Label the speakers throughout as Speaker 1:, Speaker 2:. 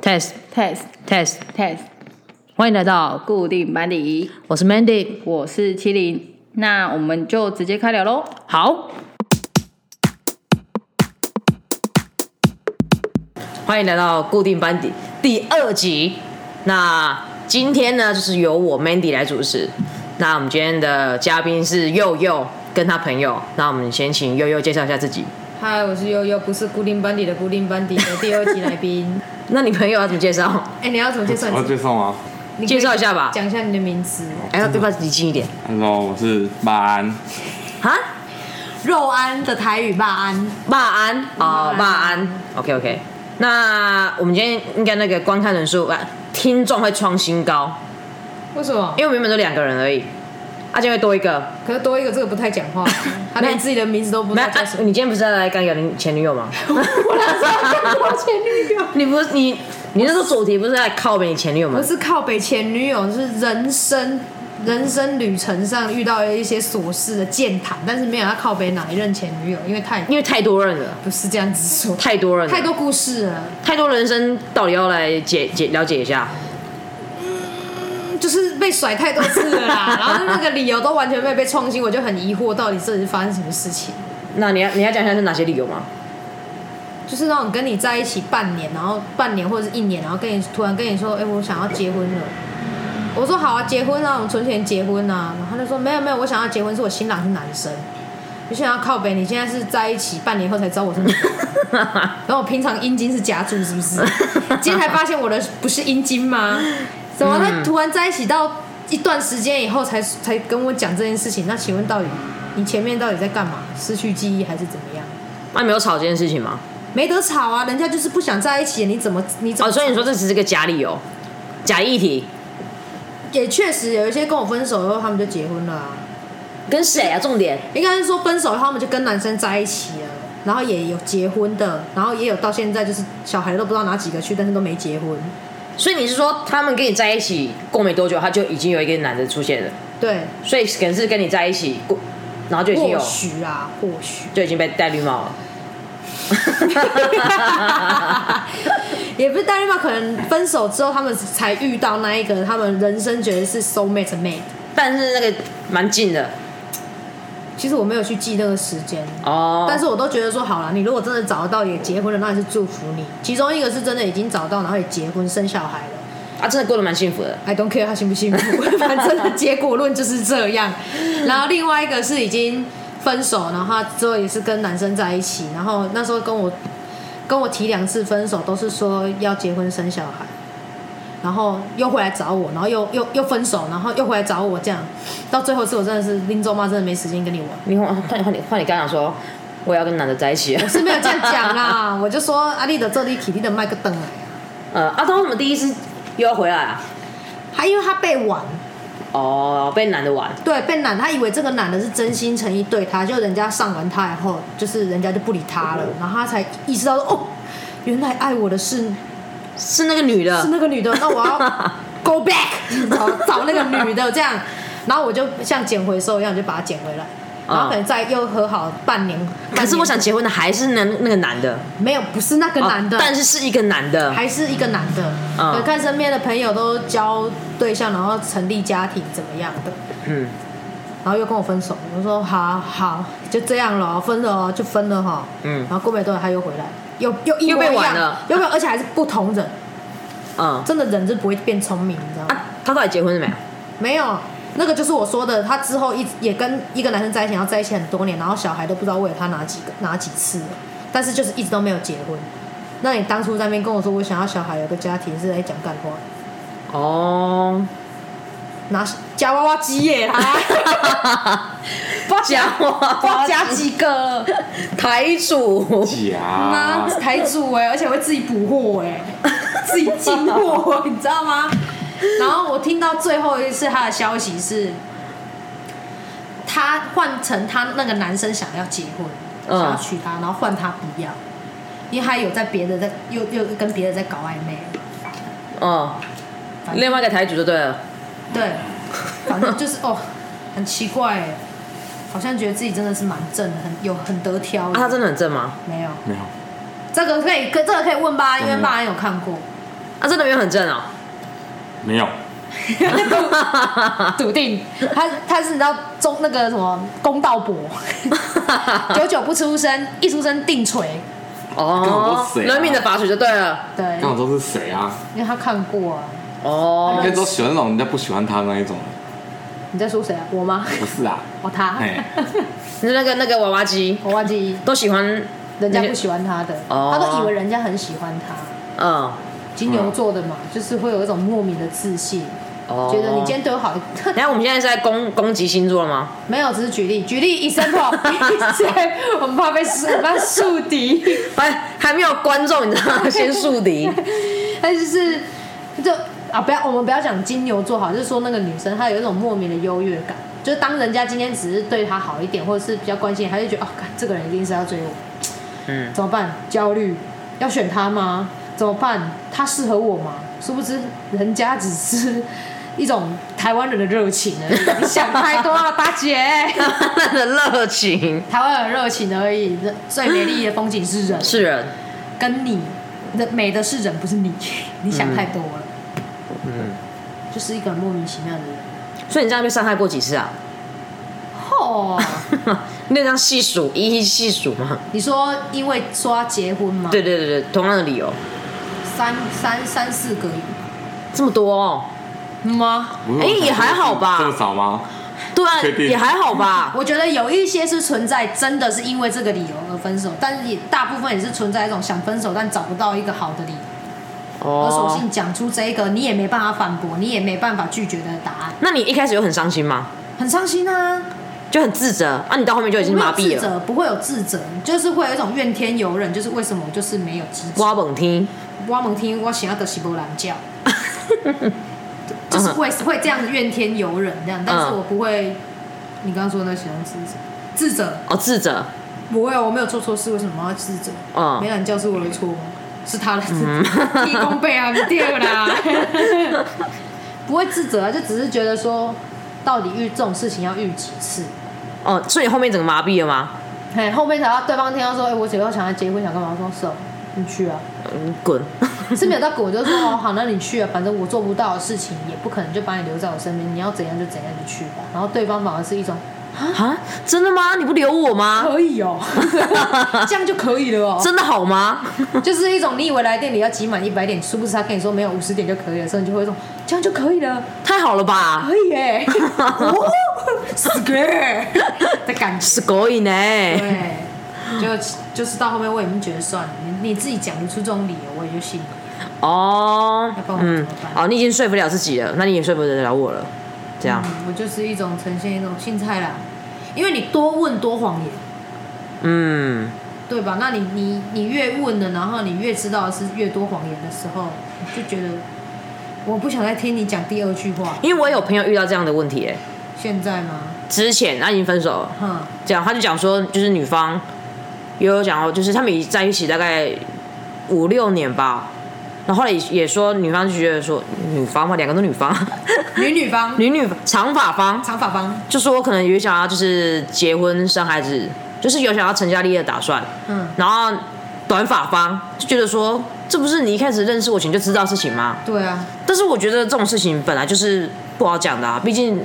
Speaker 1: test
Speaker 2: test
Speaker 1: test，
Speaker 2: test
Speaker 1: 欢迎来到，
Speaker 2: 固定班底，
Speaker 1: 我是 Mandy。
Speaker 2: 我是麒麟，那我们就直接开聊喽。
Speaker 1: 好，欢迎来到固定班底第二集。那今天呢，就是由我 Mandy 来主持。那我们今天的嘉宾是佑佑跟他朋友。那我们先请佑佑介绍一下自己。
Speaker 3: 嗨，我是悠悠，不是固定班底的固定班底的第二集来宾。
Speaker 1: 那你朋友要怎么介绍？
Speaker 3: 哎、你要怎么介绍
Speaker 4: 我
Speaker 3: 你
Speaker 4: 要
Speaker 3: 自
Speaker 4: 介
Speaker 3: 己？
Speaker 4: 绍吗
Speaker 3: 你可以
Speaker 1: 介绍一下吧。
Speaker 3: 讲一下你的名字。
Speaker 1: 哎，要不要离近一点？
Speaker 4: ？Hello，我是马安，
Speaker 1: 啊，
Speaker 3: 肉安的台语霸安，
Speaker 1: 霸安哦，霸安，OK OK。那我们今天应该那个观看人数啊，听众会创新高，
Speaker 3: 为什么？
Speaker 1: 因为我们原本就两个人而已，啊，就会多一个。
Speaker 3: 哎可是多一个这个不太讲 话，他连自己的名字都不知
Speaker 1: 没有、
Speaker 3: 道
Speaker 1: 啊
Speaker 3: 叫什，么。
Speaker 1: 你今天不是要来干掉你前女 友吗？
Speaker 3: 我哪知道叫我 前女友？
Speaker 1: 你不是你你那时候主题不是在靠北你前女友吗
Speaker 3: 我？是靠北前女友，是人生人生旅程上遇到了一些琐事的健谈，但是没有要靠北哪一任前女友，因为太
Speaker 1: 因为太多人了，
Speaker 3: 不是这样子说，
Speaker 1: 太多人了，
Speaker 3: 太多故事了。
Speaker 1: 太多人生到底要来解解了解一下。
Speaker 3: 就是被甩太多次了啦，然后那个理由都完全没有被创新，我就很疑惑，到底这是发生什么事情？
Speaker 1: 那你要你要讲一下是哪些理由吗？
Speaker 3: 就是那种跟你在一起半年，然后半年或者是一年，然后跟你突然跟你说，哎、我想要结婚了。我说好啊，结婚啊，我们存钱结婚啊。然后他就说没有没有，我想要结婚，是我新郎是男生。我想要靠北，你现在是在一起半年后才知道我是女的，然后我平常阴茎是夹住是不是？今天才发现我的不是阴茎吗？怎么他突然在一起到一段时间以后才才跟我讲这件事情？那请问到底你前面到底在干嘛？失去记忆还是怎么样？
Speaker 1: 那、你啊没有吵这件事情吗？
Speaker 3: 没得吵啊，人家就是不想在一起，你怎么你怎么？
Speaker 1: 哦，所以你说这只是个假理由，假议题，
Speaker 3: 也确实有一些跟我分手以后，他们就结婚了啊。
Speaker 1: 跟谁啊？重点。
Speaker 3: 应该是说分手以后，他们就跟男生在一起了，然后也有结婚的，然后也有到现在就是小孩都不知道哪几个去，但是都没结婚。
Speaker 1: 所以你是说他们跟你在一起过没多久，他就已经有一个男的出现了，
Speaker 3: 对，
Speaker 1: 所以可能是跟你在一起过，然后就已经
Speaker 3: 或
Speaker 1: 有
Speaker 3: 许啊，或许
Speaker 1: 就已经被戴绿帽了。
Speaker 3: 也不是戴绿帽，可能分手之后他们才遇到那一个他们人生觉得是 soul mate mate。
Speaker 1: 但是那个蛮近的
Speaker 3: 其实我没有去记那个时间，
Speaker 1: 哦，
Speaker 3: 但是我都觉得说，好了，你如果真的找得到也结婚了，那也是祝福你。其中一个是真的已经找到，然后也结婚生小孩了。
Speaker 1: 啊，真的过得蛮幸福的。
Speaker 3: I don't care 他幸不幸福，反正的结果论就是这样。然后另外一个是已经分手，然后他之后也是跟男生在一起，然后那时候跟我跟我提两次分手，都是说要结婚生小孩，然后又回来找我，然后又又又分手，然后又回来找我，这样到最后是我真的是拎周妈真的没时间跟你玩。
Speaker 1: 你换换你换你换你刚讲说，我也要跟男的在一起。
Speaker 3: 我是没有这样讲啦， 我就说阿丽的这里体力的麦克灯来啊，
Speaker 1: 呃，啊，他为什么第一次又要回来啊？
Speaker 3: 还因为他被玩，
Speaker 1: 哦，被男的玩，
Speaker 3: 对，被男，他以为这个男的是真心诚意对他，就人家上完他以后，就是人家就不理
Speaker 1: 哦
Speaker 3: 他了，然后他才意识到说，哦，原来爱我的是
Speaker 1: 是
Speaker 3: 是
Speaker 1: 那个女的。
Speaker 3: 那个女的，那我要 go back 找找那个女的这样，然后我就像捡回收一样，就把她捡回来，然后可能再又和好半年，
Speaker 1: 哦可是我想结婚的还是那那个男的，
Speaker 3: 没有，不是那个男的，啊
Speaker 1: 哦但是是一个男的，
Speaker 3: 还是一个男的。
Speaker 1: 嗯
Speaker 3: 我看身边的朋友都交对象，然后成立家庭怎么样的，
Speaker 1: 嗯，
Speaker 3: 然后又跟我分手。我说好好，就这样了，分了哦，就分了哈。
Speaker 1: 嗯
Speaker 3: 然后过没多久他又回来，又又一
Speaker 1: 又
Speaker 3: 模
Speaker 1: 被
Speaker 3: 一
Speaker 1: 玩
Speaker 3: 样
Speaker 1: 了，
Speaker 3: 又被而且还是不同人，
Speaker 1: 嗯，
Speaker 3: 真的人是不会变聪明，你知道
Speaker 1: 啊，
Speaker 3: 吗？
Speaker 1: 他到底结婚了没有？
Speaker 3: 没有。那个就是我说的，他之后一直也跟一个男生在一起，然后在一起很多年，然后小孩都不知道为了他哪几个哪几次了，但是就是一直都没有结婚。那你当初在那边跟我说我想要小孩有个家庭，是在讲干话。
Speaker 1: 哦，
Speaker 3: 拿夹娃娃机耶， 他不知道
Speaker 1: 夹娃
Speaker 3: 不知
Speaker 1: 娃
Speaker 3: 道
Speaker 1: 机
Speaker 3: 夹几个，
Speaker 1: 台主，
Speaker 4: 假
Speaker 3: 妈，台主哎，而且会自己补货 哎，自己进货，你知道吗？然后我听到最后一次他的消息是，他换成他那个男生想要结婚，
Speaker 1: 嗯
Speaker 3: 想要娶她，然后换他不要，因为他有在别的在又又跟别的在搞暧昧，
Speaker 1: 嗯，
Speaker 3: 反正
Speaker 1: 另外一个台主就对了。
Speaker 3: 对，反正就是哦，很奇怪哎，好像觉得自己真的是蛮正的，很有很得挑
Speaker 1: 啊，
Speaker 3: 的。
Speaker 1: 他真的很正吗？
Speaker 3: 没有
Speaker 4: 没有，
Speaker 3: 这个可以，跟这个可以问巴安，因为
Speaker 4: 嗯
Speaker 3: 巴安有看过。
Speaker 1: 啊，真的没有很正哦。
Speaker 4: 没有，
Speaker 3: 笃定，他他是你知道中那个什么公道伯，
Speaker 1: 啊
Speaker 3: 久久不出声，一出声定锤。
Speaker 4: 跟我
Speaker 1: 哦
Speaker 4: 都，谁啊
Speaker 1: 人民的法锤就对了。
Speaker 3: 对，
Speaker 4: 那我都是谁啊？
Speaker 3: 因为他看过啊。
Speaker 4: 应
Speaker 1: 哦，
Speaker 4: 该都喜欢那种人家不喜欢他那一种，
Speaker 3: 你在说谁啊？我吗？
Speaker 4: 不是啊？
Speaker 3: 哦，他，
Speaker 4: 哎，
Speaker 1: 那个那个娃娃机
Speaker 3: 我忘记
Speaker 1: 都喜欢
Speaker 3: 人
Speaker 1: 那
Speaker 3: 家不
Speaker 1: 个
Speaker 3: 喜欢他的，
Speaker 1: 哦
Speaker 3: 他都以为人家很喜欢他。
Speaker 1: 嗯，
Speaker 3: 金牛座的嘛，就是会有一种莫名的自信，
Speaker 1: 哦，
Speaker 3: 觉得你今天对我好。
Speaker 1: 等一下我们现在是在攻攻击星座了吗？
Speaker 3: 没有，只是举例，举例 example，我们怕被我们怕树敌。
Speaker 1: 哎，还没有观众，你知 道吗？先树敌，
Speaker 3: 但是是就啊，不要我们不要讲金牛座好，就是说那个女生她有一种莫名的优越感，就是当人家今天只是对她好一点，或者是比较关心，她就觉得哦，干这个人一定是要追我，
Speaker 1: 嗯，
Speaker 3: 怎么办？焦虑，要选他吗？怎么办？他适合我吗？殊不知人家只是一种台湾人的热情而已，你想太多了，八姐。
Speaker 1: 他的热情
Speaker 3: 台湾人的热情而已，人最美丽的风景是 人，
Speaker 1: 是人，
Speaker 3: 跟你的美的是人，不是你， 你想太多了。
Speaker 1: 嗯，
Speaker 3: 就是一个莫名其妙的人。
Speaker 1: 所以你这样被伤害过几次啊？
Speaker 3: 哦，
Speaker 1: 你有这样细数一一细数吗？
Speaker 3: 你说因为说要结婚嘛，
Speaker 1: 对对对对，同样的理由，
Speaker 3: 三三三四个
Speaker 1: 这么多哦，
Speaker 3: 吗？
Speaker 4: 不是
Speaker 1: 哎
Speaker 4: 我想
Speaker 1: 也还好吧
Speaker 4: 这么少吗？
Speaker 1: 对啊
Speaker 4: 确，定
Speaker 1: 也还好 吧。
Speaker 3: 我觉得有一些是存在真的是因为这个理由而分手，但是也大部分也是存在一种想分手但找不到一个好的理由，而索
Speaker 1: 哦，
Speaker 3: 性讲出这一个你也没办法反驳，你也没办法拒绝的答案，
Speaker 1: 那你一开始有很伤心吗？
Speaker 3: 很伤心啊。
Speaker 1: 就很自责啊，你到后面就已经麻
Speaker 3: 没有
Speaker 1: 痹
Speaker 3: 自
Speaker 1: 了，
Speaker 3: 责，不会有自责，就是会有一种怨天尤人，就是为什么我就是没有积极。
Speaker 1: 挖猛听，
Speaker 3: 我猛听，我想要的是波兰 教，就是
Speaker 1: 啊
Speaker 3: 会会这样怨天尤人这样，但是我不会。你刚刚说那形容词是什么自责，
Speaker 1: 哦，自责，
Speaker 3: 不会，我没有做错事，为什么要自责？
Speaker 1: 嗯
Speaker 3: 没懒觉是我的错吗？是他 的自责，提供背啊，不对啦，不会自责啊，就只是觉得说，到底遇这种事情要遇几次？
Speaker 1: 哦，所以你后面整个麻痹了吗？
Speaker 3: 哎，后面才要对方听到说，哎、我姐要想要结婚，想干嘛？我说是哦，你去啊。
Speaker 1: 嗯，滚，
Speaker 3: 是没有到我就说哦好，那你去啊，反正我做不到的事情也不可能就把你留在我身边，你要怎样就怎样，你去吧。然后对方反而是一种
Speaker 1: 啊，真的吗？你不留我吗？
Speaker 3: 可以哦， 这样就可以了哦，
Speaker 1: 真的好吗？
Speaker 3: 就是一种你以为来店里要集满一百点，殊不知他跟你说没有五十点就可以了，所以你就会说这样就可以了，
Speaker 1: 太好了吧
Speaker 3: 可以 耶，哦，死鬼 的感觉，
Speaker 1: 是狗瘾呢，
Speaker 3: 对，就就是到后面我已经觉得算了，你你自己讲得出这种理由，我也就信了。
Speaker 1: 哦
Speaker 3: 要不，然我
Speaker 1: 嗯
Speaker 3: 怎么，办
Speaker 1: 哦，你已经说服了自己了，那你也说服得了我了，这样，
Speaker 3: 嗯，我就是一种呈现一种心态啦，因为你多问多谎言。
Speaker 1: 嗯，
Speaker 3: 对吧？那你你你越问了，然后你越知道的是越多谎言的时候，你就觉得我不想再听你讲第二句话。
Speaker 1: 因为我有朋友遇到这样的问题，哎，
Speaker 3: 现在吗？
Speaker 1: 之前他已经分手了，
Speaker 3: 哼，
Speaker 1: 这样他就讲说，就是女方也有讲哦，就是他们已经在一起大概五六年吧。然后后来也说，女方就觉得说，女方嘛，两个都女方，
Speaker 3: 女女方、
Speaker 1: 女女长发方，
Speaker 3: 长发方，
Speaker 1: 就说我可能有想要就是结婚生孩子，就是有想要成家立业的打算。
Speaker 3: 嗯，
Speaker 1: 然后短发方就觉得说，这不是你一开始认识我前就知道的事情吗？
Speaker 3: 对啊，
Speaker 1: 但是我觉得这种事情本来就是不好讲的啊，毕竟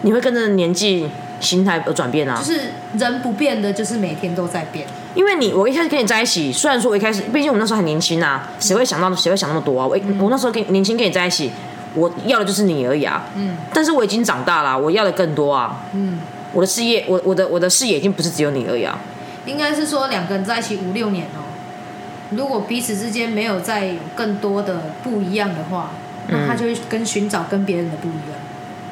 Speaker 1: 你会跟着年纪、心态而转变啊。
Speaker 3: 就是人不变的，就是每天都在变。
Speaker 1: 因为你，我一开始跟你在一起，虽然说我一开始，毕竟我们那时候还年轻啊，谁会想到，谁会想那么多啊？我一、
Speaker 3: 嗯
Speaker 1: 我那时候跟年轻跟你在一起，我要的就是你而已啊。
Speaker 3: 嗯
Speaker 1: 但是我已经长大了啊、我要的更多啊。
Speaker 3: 嗯，
Speaker 1: 我的事业，我我的我的视野已经不是只有你而已啊。
Speaker 3: 应该是说两个人在一起五六年哦，如果彼此之间没有再有更多的不一样的话，那他就会跟寻找跟别人的不一样。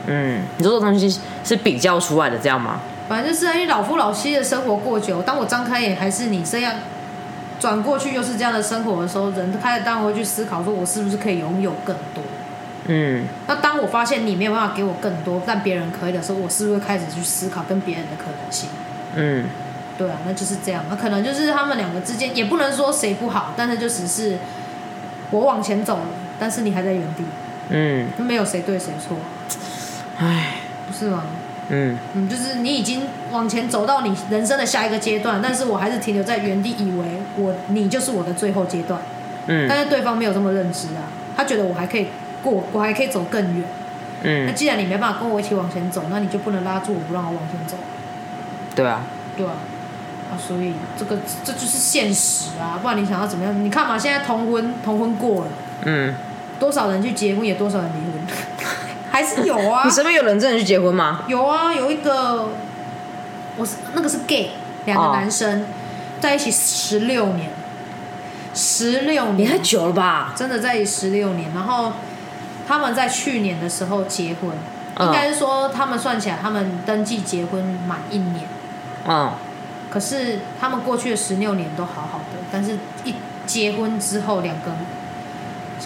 Speaker 1: 嗯，你说这东西是比较出来的，这样吗？
Speaker 3: 反正就是啊因为老夫老妻的生活过久，当我张开眼还是你这样，转过去又是这样的生活的时候，人开始当然会去思考，说我是不是可以拥有更多。
Speaker 1: 嗯，
Speaker 3: 那当我发现你没有办法给我更多，但别人可以的时候，我是不是会开始去思考跟别人的可能性？
Speaker 1: 嗯，
Speaker 3: 对啊，那就是这样。那可能就是他们两个之间，也不能说谁不好，但是就只是我往前走了，但是你还在原地，
Speaker 1: 嗯，
Speaker 3: 没有谁对谁错，
Speaker 1: 唉，
Speaker 3: 不是吗？
Speaker 1: 嗯，
Speaker 3: 嗯，就是你已经往前走到你人生的下一个阶段，但是我还是停留在原地，以为我你就是我的最后阶段，
Speaker 1: 嗯，
Speaker 3: 但是对方没有这么认知啊，他觉得我还可以过，我还可以走更远。那
Speaker 1: 嗯，
Speaker 3: 既然你没办法跟我一起往前走，那你就不能拉住我不让我往前走，
Speaker 1: 对啊，
Speaker 3: 对啊，啊，所以这个这就是现实啊，不然你想要怎么样？你看嘛，现在同婚同婚过了，
Speaker 1: 嗯，
Speaker 3: 多少人去结婚，也多少人离婚， 还是有啊
Speaker 1: 你，身边有人真的去结婚吗？
Speaker 3: 有啊，有一个，我是那个是 gay，两
Speaker 1: 哦
Speaker 3: 个男生、在一起十六年，十六
Speaker 1: 也太
Speaker 3: 年，
Speaker 1: 久了吧？
Speaker 3: 真的在一起十六年，然后他们在去年的时候结婚，
Speaker 1: 嗯
Speaker 3: 应该是说他们算起来，他们登记结婚满一年，
Speaker 1: 嗯，
Speaker 3: 可是他们过去的十六年都好好的，但是一结婚之后，两个人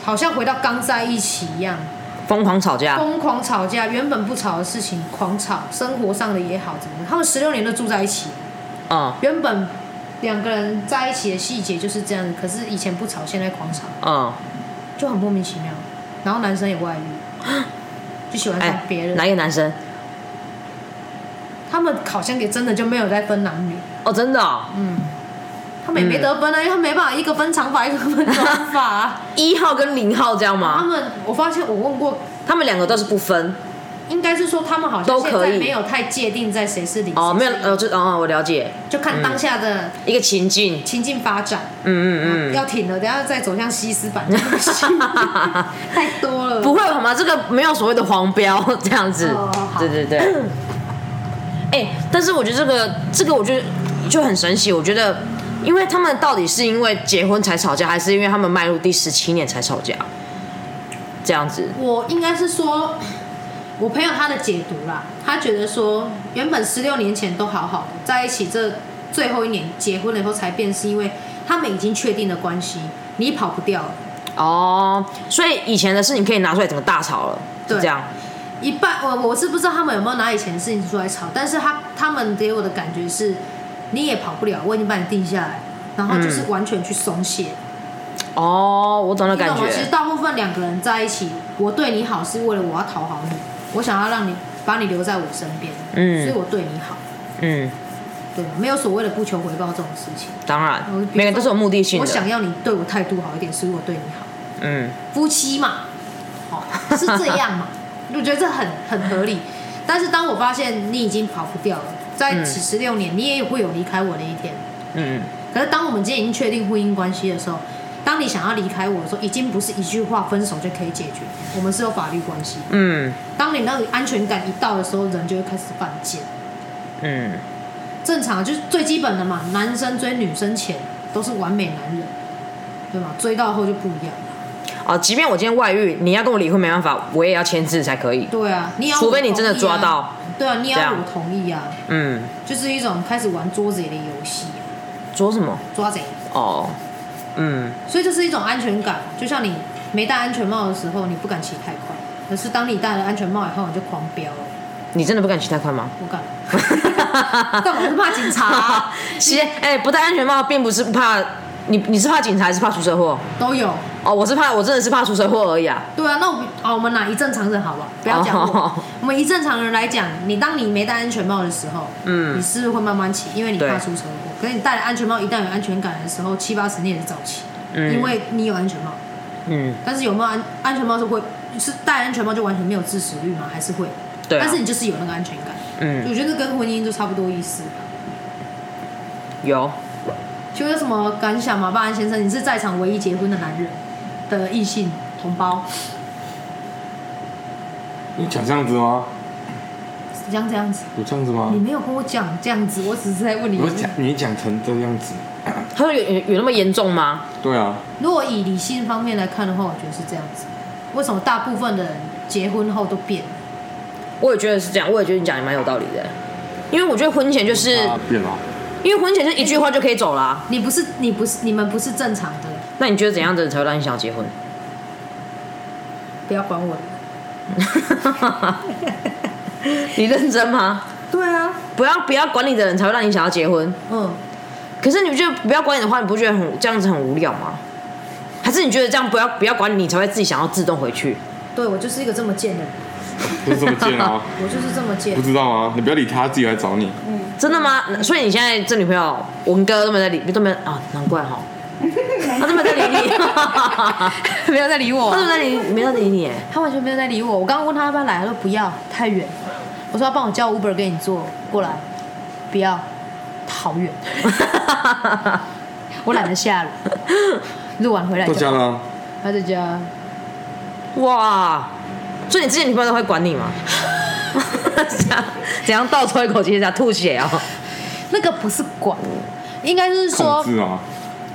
Speaker 3: 好像回到刚在一起一样，
Speaker 1: 疯狂吵架，
Speaker 3: 疯狂吵架，原本不吵的事情狂吵，生活上的也好，怎么样？他们十六年都住在一起，
Speaker 1: 嗯
Speaker 3: 原本两个人在一起的细节就是这样子，可是以前不吵，现在狂吵，
Speaker 1: 嗯，
Speaker 3: 就很莫名其妙。然后男生也外遇， 就喜欢上
Speaker 1: 哎
Speaker 3: 别，人。
Speaker 1: 哪一个男生？
Speaker 3: 他们好像也真的就没有在分男女，
Speaker 1: 哦，真的哦，
Speaker 3: 他们也
Speaker 1: 嗯
Speaker 3: 没得分啊，因为他没办法一个分长发，一个分短 发啊、
Speaker 1: 一号跟零号这样
Speaker 3: 他
Speaker 1: 吗？
Speaker 3: 们我发现我问过，
Speaker 1: 他们两个都是不分
Speaker 3: 应该是说他们好像
Speaker 1: 都
Speaker 3: 现
Speaker 1: 可
Speaker 3: 在
Speaker 1: 以
Speaker 3: 没有太界定在谁是领
Speaker 1: 哦，没有
Speaker 3: 谁是
Speaker 1: 呃，就哦，我了解
Speaker 3: 就看当下的
Speaker 1: 一个情境，
Speaker 3: 情境发展。
Speaker 1: 嗯嗯
Speaker 3: 要停了，等下再走向西斯 版，太多了。
Speaker 1: 嗯，不会好吗？这个没有所谓的黄标 这样子
Speaker 3: 哦好，
Speaker 1: 对对 对。哎、但是我觉得这个这个，我觉得就很神奇。我觉得，因为他们到底是因为结婚才吵架，还是因为他们迈入第十七年才吵架？这样子，
Speaker 3: 我应该是说，我朋友他的解读啦，他觉得说，原本十六年前都好好的在一起，这最后一年结婚了以后才变，是因为他们已经确定了关系，你跑不掉了。
Speaker 1: 哦，所以以前的事情可以拿出来整个大吵了，是
Speaker 3: 对
Speaker 1: 这样。
Speaker 3: 一半我我是不知道他们有没有拿以前的事情出来吵，但是他他们给我的感觉是，你也跑不了，我已经把你定下来，然后就是
Speaker 1: 嗯
Speaker 3: 完全去松懈。
Speaker 1: 哦，我懂了
Speaker 3: 你
Speaker 1: 感
Speaker 3: 懂吗？其实
Speaker 1: 觉。
Speaker 3: 大部分两个人在一起，我对你好是为了我要讨好你，我想要让你把你留在我身边，
Speaker 1: 嗯
Speaker 3: 所以我对你好，
Speaker 1: 嗯，
Speaker 3: 对吗，没有所谓的不求回报这种事情。
Speaker 1: 当然
Speaker 3: 我比如，
Speaker 1: 每个人都是有目的性
Speaker 3: 我
Speaker 1: 的。
Speaker 3: 想要你对我态度好一点，所以我对你好，
Speaker 1: 嗯，
Speaker 3: 夫妻嘛，哦，是这样嘛？ 我觉得这很很合理。但是当我发现你已经跑不掉了，在
Speaker 1: 嗯
Speaker 3: 几十六年，你也会有离开我的一天。
Speaker 1: 嗯
Speaker 3: 可是当我们今天已经确定婚姻关系的时候，当你想要离开我的时候，已经不是一句话分手就可以解决，我们是有法律关系。
Speaker 1: 嗯
Speaker 3: 当你那个安全感一到的时候，人就会开始犯贱。
Speaker 1: 嗯，
Speaker 3: 正常就是最基本的嘛，男生追女生前都是完美男人，对吗？追到后就不一样了。
Speaker 1: 哦，即便我今天外遇，你要跟我离婚没办法，我也要签字才可以。
Speaker 3: 对啊，你也要、
Speaker 1: 除非你真的抓，到，
Speaker 3: 对啊，你也
Speaker 1: 这
Speaker 3: 要
Speaker 1: 样
Speaker 3: 我同意啊，
Speaker 1: 嗯，
Speaker 3: 就是一种开始玩捉贼的游戏、啊
Speaker 1: 说什么？
Speaker 3: 抓贼。
Speaker 1: 哦，嗯，
Speaker 3: 所以这是一种安全感，就像你没戴安全帽的时候，你不敢骑太快，可是当你戴了安全帽以后，你就狂飙了。
Speaker 1: 你真的不敢骑太快吗？
Speaker 3: 我 敢，但我是怕警察啊、
Speaker 1: 骑，哎、不戴安全帽并不是怕你，你是怕警察还是怕出车祸？
Speaker 3: 都有。
Speaker 1: 哦，我是怕，我真的是怕出车祸而已啊。
Speaker 3: 对啊，那我们啊，我们拿一正常人好不好？不要讲我，
Speaker 1: 哦
Speaker 3: 我们一正常人来讲，你当你没戴安全帽的时候，嗯，你是不是会慢慢骑？因为你
Speaker 1: 对
Speaker 3: 怕出车祸。可是你戴了安全帽，一旦有安全感的时候，七八十你也是早骑，
Speaker 1: 嗯
Speaker 3: 因为你有安全帽。
Speaker 1: 嗯，
Speaker 3: 但是有没有安安全帽是会是戴安全帽就完全没有致死率吗？还是会？
Speaker 1: 对、啊。
Speaker 3: 但是你就是有那个安全感。
Speaker 1: 嗯，
Speaker 3: 我觉得跟婚姻就差不多意思吧。
Speaker 1: 有，
Speaker 3: 就有什么感想吗，巴安先生？你是在场唯一结婚的男人的异性同胞，
Speaker 4: 你讲这样子吗？
Speaker 3: 像这样子。
Speaker 4: 有这样子吗
Speaker 3: 你？没有跟我讲这样子，我只是在问你。
Speaker 4: 我讲你讲成这样子，
Speaker 1: 他说有有有那么严重吗？
Speaker 4: 对啊，
Speaker 3: 如果以理性方面来看的话，我觉得是这样子。为什么大部分的人结婚后都变了？
Speaker 1: 我也觉得是这样，我也觉得你讲的蛮有道理的，因为我觉得婚前就是，
Speaker 4: 啊变了，
Speaker 1: 因为婚前就一句话就可以走啦、
Speaker 3: 你不是你不是你们不是正常的，
Speaker 1: 那你觉得怎样的人才会让你想要结婚？
Speaker 3: 不要管我。
Speaker 1: 你认真吗？
Speaker 3: 对啊，
Speaker 1: 不要不要管你的人才会让你想要结婚。
Speaker 3: 嗯，
Speaker 1: 可是你觉得不要管你的话，你不觉得很这样子很无聊吗？还是你觉得这样不要不要管你，你才会自己想要自动回去？
Speaker 3: 对我就是一个这么贱的人，
Speaker 4: 不是这么贱 啊，
Speaker 3: 我就是这么贱
Speaker 4: 不。知道啊，你不要理他，自己来找你。
Speaker 1: 真的吗？所以你现在这女朋友文哥都没在理，都没有啊，难怪哈。他都没有在理你，
Speaker 3: 没有在理我
Speaker 1: 他都没有在理，没有在理你，
Speaker 3: 他完全没有在理我。我刚刚问他要不要来，他说不要，太远。我说要帮我叫 Uber 给你坐过来，不要，好远， 我懒得下了。录完回来
Speaker 4: 到
Speaker 3: 就
Speaker 4: 家了啊，
Speaker 3: 他在家，
Speaker 1: 哇！所以你之前女朋友都会管你吗？ 怎样怎样倒抽一口气，想吐血哦？
Speaker 3: 那个不是管，应该是说
Speaker 4: 控制啊，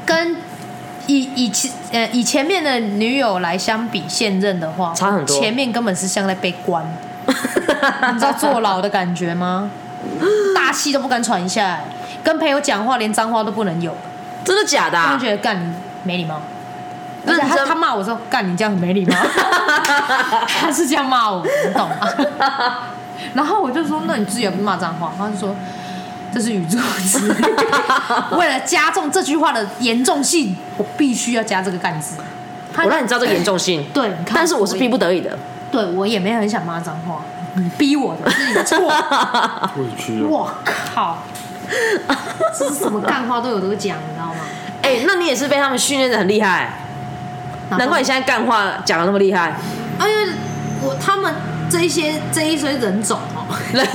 Speaker 3: 跟以以前呃以前面的女友来相比，现任的话
Speaker 1: 差很多
Speaker 3: 前面根本是像在被关，你知道坐牢的感觉吗？ 大气都不敢喘一下、欸跟朋友讲话连脏话都不能有，
Speaker 1: 真的假的、
Speaker 3: 他
Speaker 1: 啊
Speaker 3: 们？觉得干你没礼貌。而
Speaker 1: 认
Speaker 3: 且
Speaker 1: 真
Speaker 3: 他他骂我说干你这样很没礼 貌，他是这样骂我，你懂吗？然后我就说那你自己也不骂脏话，他就说这是语助 词。为了加重这句话的严重性，我必须要加这个干字。他
Speaker 1: 我让你知道这个严重性，
Speaker 3: 对，你看
Speaker 1: 但是我是逼不得已的。
Speaker 3: 对我也没有很想骂脏话，你逼我的是你的错。
Speaker 1: 啊
Speaker 4: 委屈哦。
Speaker 3: 我靠，这是什么干话都有得讲，你知道吗？
Speaker 1: 哎、那你也是被他们训练的很厉害，难怪你现在干话讲的那么厉 害。
Speaker 3: 啊，因为我他们这一些这一些人种哦，
Speaker 1: 人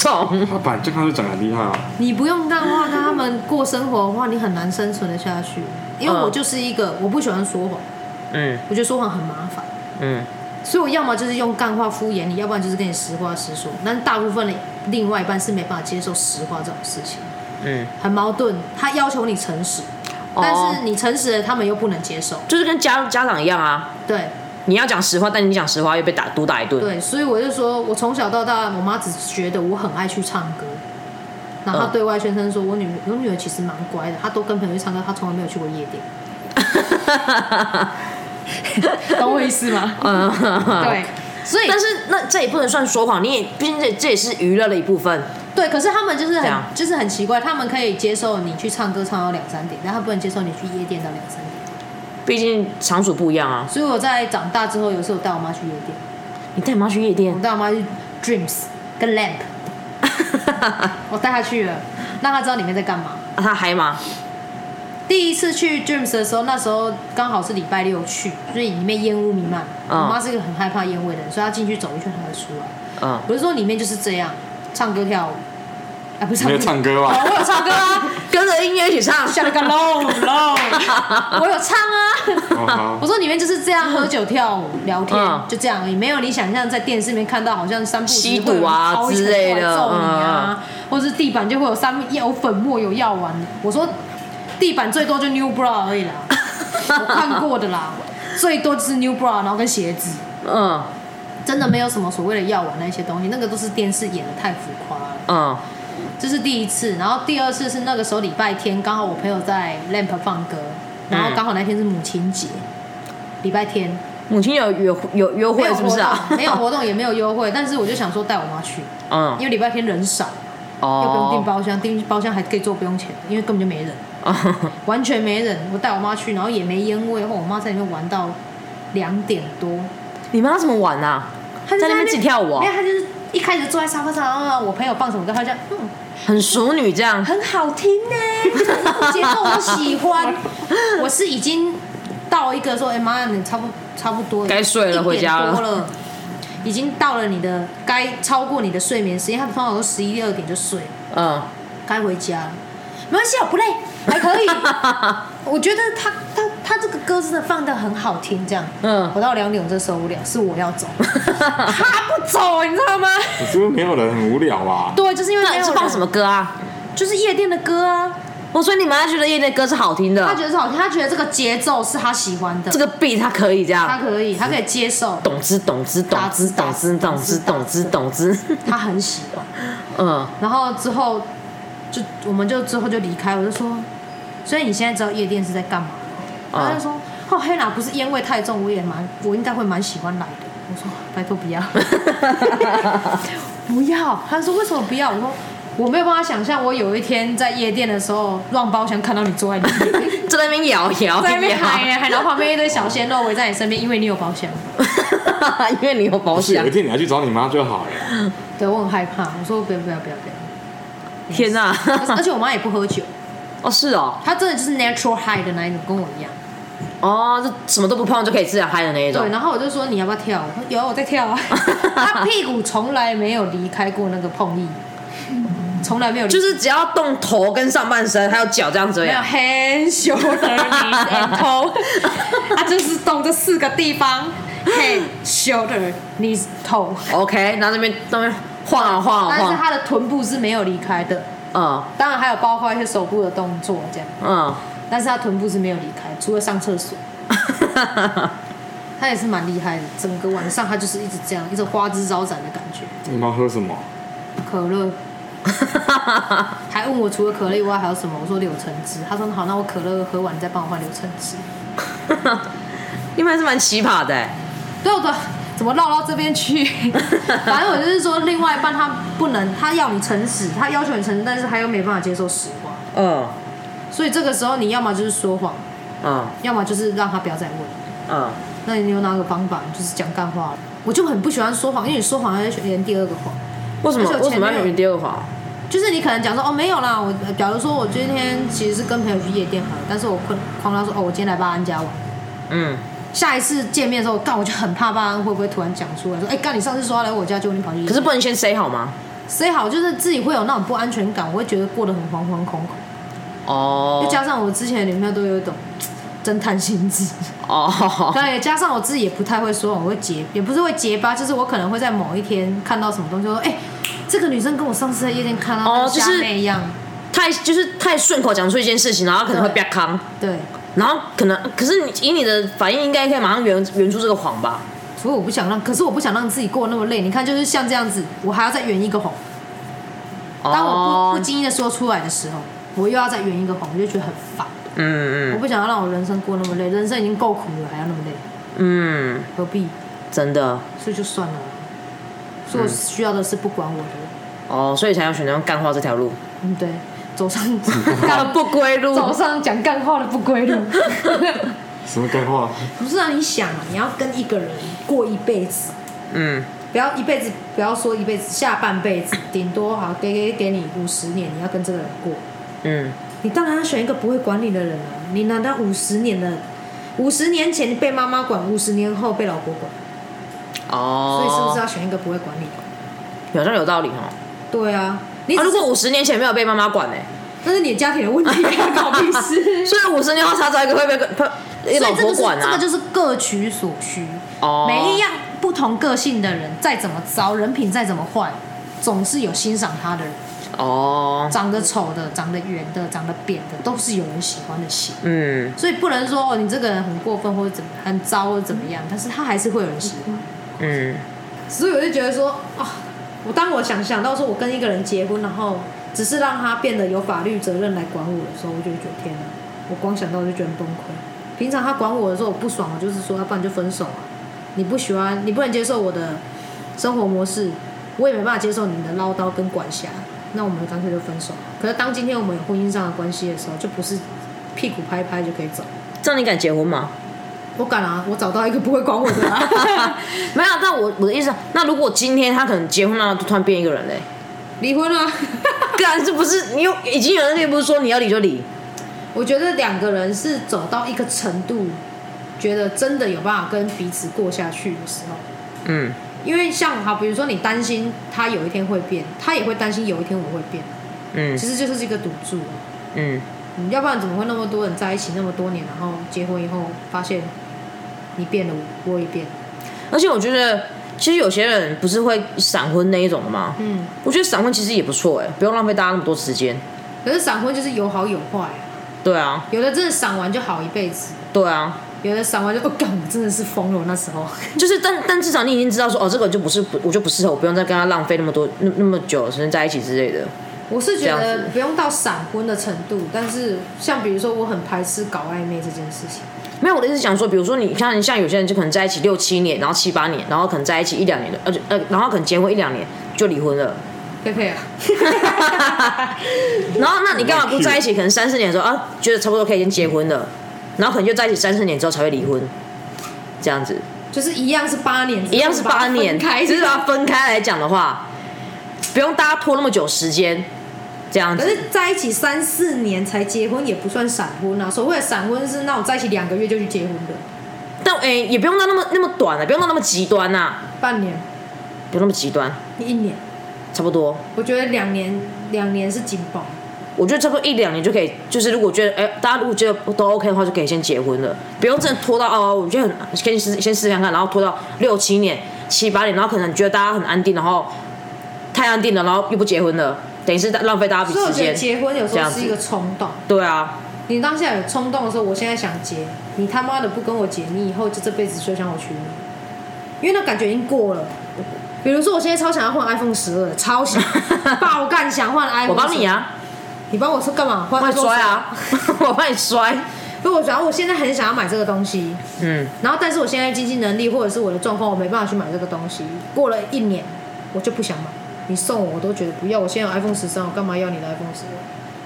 Speaker 1: 种，
Speaker 4: 他本来就开始讲得很厉害啊，
Speaker 3: 你不用干话跟他们过生活的话，你很难生存的下去。因为
Speaker 1: 嗯
Speaker 3: 我就是一个我不喜欢说谎，
Speaker 1: 嗯
Speaker 3: 我觉得说谎很麻烦，
Speaker 1: 嗯，
Speaker 3: 所以我要么就是用干话敷衍你，要不然就是跟你实话实说。但大部分的另外一半是没办法接受实话这种事情，
Speaker 1: 嗯，
Speaker 3: 很矛盾。他要求你诚实，
Speaker 1: 哦
Speaker 3: 但是你诚实了，他们又不能接受。
Speaker 1: 就是跟家家长一样啊，
Speaker 3: 对
Speaker 1: 你要讲实话，但你讲实话又被打毒打一 顿。
Speaker 3: 对，所以我就说我从小到大，我妈只觉得我很爱去唱歌。然后她
Speaker 1: 嗯
Speaker 3: 对外宣称说，我女我女儿其实蛮乖的，她都跟朋友去唱歌，她从来没有去过夜
Speaker 1: 嗯
Speaker 3: 店。懂我意思吗？对，所以
Speaker 1: 嗯但是那这也不能算说谎，你也毕竟这这也是娱乐的一部分。
Speaker 3: 对，可是他们就是
Speaker 1: 这
Speaker 3: 很
Speaker 1: 样
Speaker 3: 就是很奇怪，他们可以接受你去唱歌唱到两三点，但他不能接受你去夜店到两三点。
Speaker 1: 毕竟场所不一样啊。
Speaker 3: 所以我在长大之后，有时候带我妈去夜店，
Speaker 1: 你带你妈去夜店
Speaker 3: 我，带我妈去 Dreams 跟 Lamp，我带她去了，让她知道里面在干嘛。
Speaker 1: 啊、她嗨吗？
Speaker 3: 第一次去 Dreams 的时候，那时候刚好是礼拜六去，所以里面烟雾弥漫。我
Speaker 1: 嗯
Speaker 3: 妈是一个很害怕烟味的人，所以她进去走一圈才会出来。
Speaker 1: 嗯，
Speaker 3: 我是说里面就是这样，唱歌跳舞，啊不是
Speaker 4: 没有
Speaker 3: 歌
Speaker 4: 唱歌吧
Speaker 3: 哦我有唱歌啊，
Speaker 1: 跟着音乐一起唱。
Speaker 3: 下了个 low low，我有唱啊。
Speaker 4: 哦好
Speaker 3: 我，说里面就是这样喝酒跳舞聊天，
Speaker 1: 嗯
Speaker 3: 就这样而已，没有你想象在电视里面看到好像三不五时
Speaker 1: 吸
Speaker 3: 会有
Speaker 1: 毒啊
Speaker 3: 人掏一拳
Speaker 1: 之类
Speaker 3: 过来
Speaker 1: 的嗯
Speaker 3: 揍你啊，或者是地板就会有三有粉末有药丸。我说地板最多就 New Bra 而 已啦，我看过的啦，最多就是 New Bra，然后跟鞋子，
Speaker 1: 嗯
Speaker 3: 真的没有什么所谓的药丸那些东西，那个都是电视演的太浮夸了。
Speaker 1: 嗯
Speaker 3: 这是第一次，然后第二次是那个时候礼拜天，刚好我朋友在 Lamp 放歌，然后刚好那天是母亲节，礼拜天
Speaker 1: 母亲有约有约
Speaker 3: 没
Speaker 1: 会
Speaker 3: 有
Speaker 1: 是不
Speaker 3: 活
Speaker 1: 是
Speaker 3: 动
Speaker 1: 啊，？
Speaker 3: 没有活动也没有优惠，但是我就想说带我妈去，
Speaker 1: 嗯
Speaker 3: 因为礼拜天人少，又不用订
Speaker 1: 哦，
Speaker 3: 包厢，订包厢还可以坐不用钱，因为根本就没人，完全没人。我带我妈去，然后也没烟味，后我妈在里面玩到两点多，
Speaker 1: 你妈怎么玩啊？
Speaker 3: 她就
Speaker 1: 在那边自己跳舞哦
Speaker 3: 没有，她就是一开始坐在沙发上，然后我朋友放什么歌，她就嗯。
Speaker 1: 很熟女这样。
Speaker 3: 很好听呢、节奏我 喜欢。我是已经到一个说，哎、妈，你差不差不多
Speaker 1: 该睡了回家
Speaker 3: 1
Speaker 1: 了
Speaker 3: 点多了，已经到了你的该超过你的睡眠时间，他们通常都十一二点就睡了，
Speaker 1: 嗯，
Speaker 3: 该回家了。没关系，啊我不累，还 可以。我觉得他他他这个歌真的放的很好听，这样。
Speaker 1: 嗯
Speaker 3: 我到两点我真受不了，是我要 走，他不走，你知道吗？
Speaker 4: 你是不是没有人很无聊啊吧？
Speaker 3: 对，就是因为没有
Speaker 1: 那
Speaker 3: 人
Speaker 1: 是放什么？歌啊？
Speaker 3: 就是夜店的歌啊。
Speaker 1: 我说你妈觉得夜店歌是好听
Speaker 3: 他觉
Speaker 1: 的，
Speaker 3: 得是好听，他觉得这个节奏是他喜欢的，
Speaker 1: 这个 beat 她可以这
Speaker 3: 他
Speaker 1: 样。
Speaker 3: 可以，他可以接受，
Speaker 1: 懂之懂之懂之懂之懂之懂之懂之，
Speaker 3: 他很喜欢。
Speaker 1: 嗯，
Speaker 3: 然后之后就我们就之后就离开，我就说，所以你现在知道夜店是在干嘛吗？
Speaker 1: 啊
Speaker 3: 他就说，哦，黑娜不是烟味太重，我也蛮，我应该会蛮喜欢来的。我说，拜托不要， 不要。他说为什么不要？我说。我没有办法想象，我有一天在夜店的时候，乱包厢看到你坐在里面，
Speaker 1: 在那边摇摇
Speaker 3: 在那边喊
Speaker 1: 摇，
Speaker 3: 呀喊，然后旁边一堆小鲜肉围在你身边，因为你有包厢。
Speaker 1: 因为你有保
Speaker 4: 不是有
Speaker 1: 险啊
Speaker 4: 一。天你要去找你妈就好了。
Speaker 3: 对我很害怕，我说不要不要不要不要，
Speaker 1: 天哪、
Speaker 3: 而且我妈也不喝酒，
Speaker 1: 哦，是哦，
Speaker 3: 他真的就是 natural high 的那一种，跟我一样。
Speaker 1: 哦，这什么都不碰就可以自然嗨的那一种
Speaker 3: 对，。然后我就说你要不要跳？我说有，我在 跳啊。他屁股从来没有离开过那个碰椅，从来没有离
Speaker 1: 就是只要动头跟上半身，还有脚这样子而已啊
Speaker 3: 没有 hand shoulder knees and toe，他就是动这四个地方 head shoulder knees toe，
Speaker 1: OK，然后那边那边晃啊晃啊
Speaker 3: 但是
Speaker 1: 晃，
Speaker 3: 他的臀部是没有离开的，
Speaker 1: 嗯
Speaker 3: 当然还有包括一些手部的动作这样，
Speaker 1: 嗯，
Speaker 3: 但是他臀部是没有离开，除了上厕所。他也是蛮厉害的，整个晚上他就是一直这样，一直花枝招展的感觉。
Speaker 4: 你们要喝什么？
Speaker 3: 可乐，还问我除了可乐以外还有什么？我说柳橙汁，他说好，那我可乐喝完你再帮我换柳橙汁。
Speaker 1: 你们还是蛮奇葩的欸。
Speaker 3: 对我的 怎么绕到这边去？ 反正我就是说，另外一半他不能，他要你诚实，他要求你诚实，但是他又没办法接受实话，
Speaker 1: 嗯
Speaker 3: 所以这个时候你要么就是说谎，
Speaker 1: 嗯
Speaker 3: 要么就是让他不要再问。
Speaker 1: 嗯，
Speaker 3: 那你有哪个方法？就是讲干话。我就很不喜欢说谎，因为你说谎要连第二个谎。
Speaker 1: 为什么
Speaker 3: 而且我
Speaker 1: 为
Speaker 3: 前
Speaker 1: 什么
Speaker 3: 面
Speaker 1: 要
Speaker 3: 有
Speaker 1: 你第二个谎？
Speaker 3: 就是你可能讲说哦没有啦，我呃假如说我今天其实是跟朋友去夜店好了，但是我困狂他说哦我今天来巴安家玩，
Speaker 1: 嗯，
Speaker 3: 下一次见面的时候，干我就很怕巴安会不会突然讲出来说哎干你上次说要来我家，结果你跑去夜店，
Speaker 1: 可是不能先 say 好吗？
Speaker 3: 所以好就是自己会有那种不安全感，我会觉得过得很惶惶恐恐，
Speaker 1: 哦
Speaker 3: 又加上我之前的女朋友都有一种 嘖侦探心智，
Speaker 1: 哦，
Speaker 3: 当然也加上我自己也不太会说谎，我会结也不是会结巴，就是我可能会在某一天看到什么东西我说哎、这个女生跟我上次在夜店看到
Speaker 1: 哦
Speaker 3: 那
Speaker 1: 就是
Speaker 3: 虾妹一样，
Speaker 1: 太就是太顺口讲出一件事情，然后可能会被康，
Speaker 3: 对。
Speaker 1: 然后可能可是你以你的反应，应该可以马上圆圆出这个谎吧？
Speaker 3: 所以我不想让，可是我不想让自己过那么累。你看，就是像这样子，我还要再圆一个谎。当我不不
Speaker 1: 哦
Speaker 3: 经意的说出来的时候，我又要再圆一个谎，我就觉得很烦。
Speaker 1: 嗯
Speaker 3: 我
Speaker 1: 嗯
Speaker 3: 不想要让我人生过那么累，人生已经够苦了，还要那么累，
Speaker 1: 嗯，
Speaker 3: 何必？
Speaker 1: 真的
Speaker 3: 所以就算了。所以我需要的是不管我的人，
Speaker 1: 哦，所以才要选择用干话这条路，
Speaker 3: 嗯，对，走上干
Speaker 1: 不 归路。
Speaker 3: 走上讲干话的不归路。
Speaker 4: 什么干话？
Speaker 3: 不是啊，你想啊，你要跟一个人过一辈子，
Speaker 1: 嗯
Speaker 3: 不要一辈子，不要说一辈子，下半辈子，顶多好给给给你五十年，你要跟这个人过。
Speaker 1: 嗯，
Speaker 3: 你当然要选一个不会管你的人啊！你难道五十年的，五十年前被妈妈管，五十年后被老婆管，
Speaker 1: 哦，
Speaker 3: 所以是不是要选一个不会管你的？
Speaker 1: 好像有道理哦。
Speaker 3: 对啊，你
Speaker 1: 啊，
Speaker 3: 只
Speaker 1: 如
Speaker 3: 是、
Speaker 1: 果五十年前没有被妈妈管呢、欸
Speaker 3: 那是你家庭的问题，关我屁 事。
Speaker 1: 所以五十年后他找一个会被
Speaker 3: 所以
Speaker 1: 被
Speaker 3: 这
Speaker 1: 老
Speaker 3: 个
Speaker 1: 婆
Speaker 3: 是
Speaker 1: 管
Speaker 3: 这
Speaker 1: 啊
Speaker 3: 个。就是啊各取所需，
Speaker 1: 哦
Speaker 3: 每一样不同个性的人，再怎么糟，人品再怎么坏，总是有欣赏他的人。
Speaker 1: 哦，
Speaker 3: 长得丑的、长得圆的、长得扁的，都是有人喜欢的型。
Speaker 1: 嗯，
Speaker 3: 所以不能说哦，你这个人很过分或者怎么很糟或者怎么样，但是他还是会有人喜欢。
Speaker 1: 嗯，
Speaker 3: 所以我就觉得说啊，我当我想想到说我跟一个人结婚，然后只是让他变得有法律责任来管我的时候，我就觉得天哪，我光想到我就啊觉得很崩溃。平常他管我的时候，我不爽，我就是说，要不然就分手啊！你不喜欢，你不能接受我的生活模式，我也没办法接受你的唠叨跟管辖，那我们干脆就分手。可是当今天我们有婚姻上的关系的时候，就不是屁股拍一拍就可以走。
Speaker 1: 这样你敢结婚 吗？
Speaker 3: 我敢啊，我找到一个不会管我的、 啊，
Speaker 1: 没有，但我我的意思是，啊那如果今天他可能结婚了，就突然变一个人欸嘞、
Speaker 3: 离婚啊！
Speaker 1: 干这不是你有已经有人内部说你要离就离，
Speaker 3: 我觉得两个人是走到一个程度，觉得真的有办法跟彼此过下去的时候，
Speaker 1: 嗯
Speaker 3: 因为像好，比如说你担心他有一天会变，他也会担心有一天我会变，
Speaker 1: 嗯
Speaker 3: 其实就是一个赌注。
Speaker 1: 嗯，
Speaker 3: 嗯要不然怎么会那么多人在一起那么多年，然后结婚以后发现你变了，我也变了。
Speaker 1: 而且我觉得其实有些人不是会闪婚那一种的吗？
Speaker 3: 嗯，
Speaker 1: 我觉得闪婚其实也不错哎、不用浪费大家那么多时间。
Speaker 3: 可是闪婚就是有好有坏啊、
Speaker 1: 对啊，
Speaker 3: 有的真的闪完就好一辈子，
Speaker 1: 对啊，
Speaker 3: 有的闪完 就哦，干，我真的是疯了，我那时候。
Speaker 1: 就是但但至少你已经知道说哦，这个就不是我就不适合，我不用再跟他浪费那么多那那么久的时间在一起之类的。
Speaker 3: 我是觉
Speaker 1: 这样
Speaker 3: 得
Speaker 1: 子
Speaker 3: 不用到闪婚的程度，但是像比如说，我很排斥搞暧昧这件事情。
Speaker 1: 没有，我的意思是讲说，比如说你看，像有些人就可能在一起六七年，然后七八年，然后可能在一起一两年的，而且呃，然后可能结婚一两年就离婚了。
Speaker 3: 佩佩啊，
Speaker 1: 然后那你干嘛不在一起？可能三四年的时候啊，觉得差不多可以先结婚了，然后可能就在一起三四年之后才会离婚，这样子
Speaker 3: 就是一样是八年，
Speaker 1: 一样是啊八年，
Speaker 3: 只
Speaker 1: 只
Speaker 3: 是把它分开
Speaker 1: 是把它分开来讲的话，不用大家拖那么久时间。这样
Speaker 3: 可
Speaker 1: 子。
Speaker 3: 是在一起三四年才结婚也不算闪婚啊。所谓的闪婚是那种在一起两个月就去结婚的，
Speaker 1: 但哎、也不用到那么那么短啊了、不用到那么极端呐、啊
Speaker 3: 半年、
Speaker 1: 不用那么极端，
Speaker 3: 一年，
Speaker 1: 差不多。
Speaker 3: 我觉得两年两年是紧绷。
Speaker 1: 我觉得差不多一两年就可以，就是如果觉得哎、大家如果觉得都 OK 的话，就可以先结婚了，不用真的拖到哦，我觉得很先试先试看看，然后拖到六七年、七八年，然后可能觉得大家很安定，然后太安定了，然后又不结婚了，等于是浪费大家
Speaker 3: 所以我
Speaker 1: 时
Speaker 3: 觉得
Speaker 1: 间。
Speaker 3: 结婚有
Speaker 1: 这
Speaker 3: 时候
Speaker 1: 样
Speaker 3: 是
Speaker 1: 子
Speaker 3: 一个冲动。
Speaker 1: 对啊，
Speaker 3: 你当下有冲动的时候，我现在想结，你他妈的不跟我结，你以后就这辈子就想我娶你，因为那感觉已经过了。比如说，我现在超想要换 iPhone 十二，超 想爆干想换 iPhone。
Speaker 1: 我帮你，啊，
Speaker 3: 你帮哎我说干嘛？换
Speaker 1: 帮你
Speaker 3: iPhone
Speaker 1: 摔啊， 我帮你摔。
Speaker 3: 12！不，我主要我现在很想要买这个东西，
Speaker 1: 嗯，
Speaker 3: 然后但是我现在经济能力或者是我的状况，我没办法去买这个东西。过了一年，我就不想买。你送我，我都觉得不要。我现在有 iPhone 十三，我干嘛要你的 iPhone 十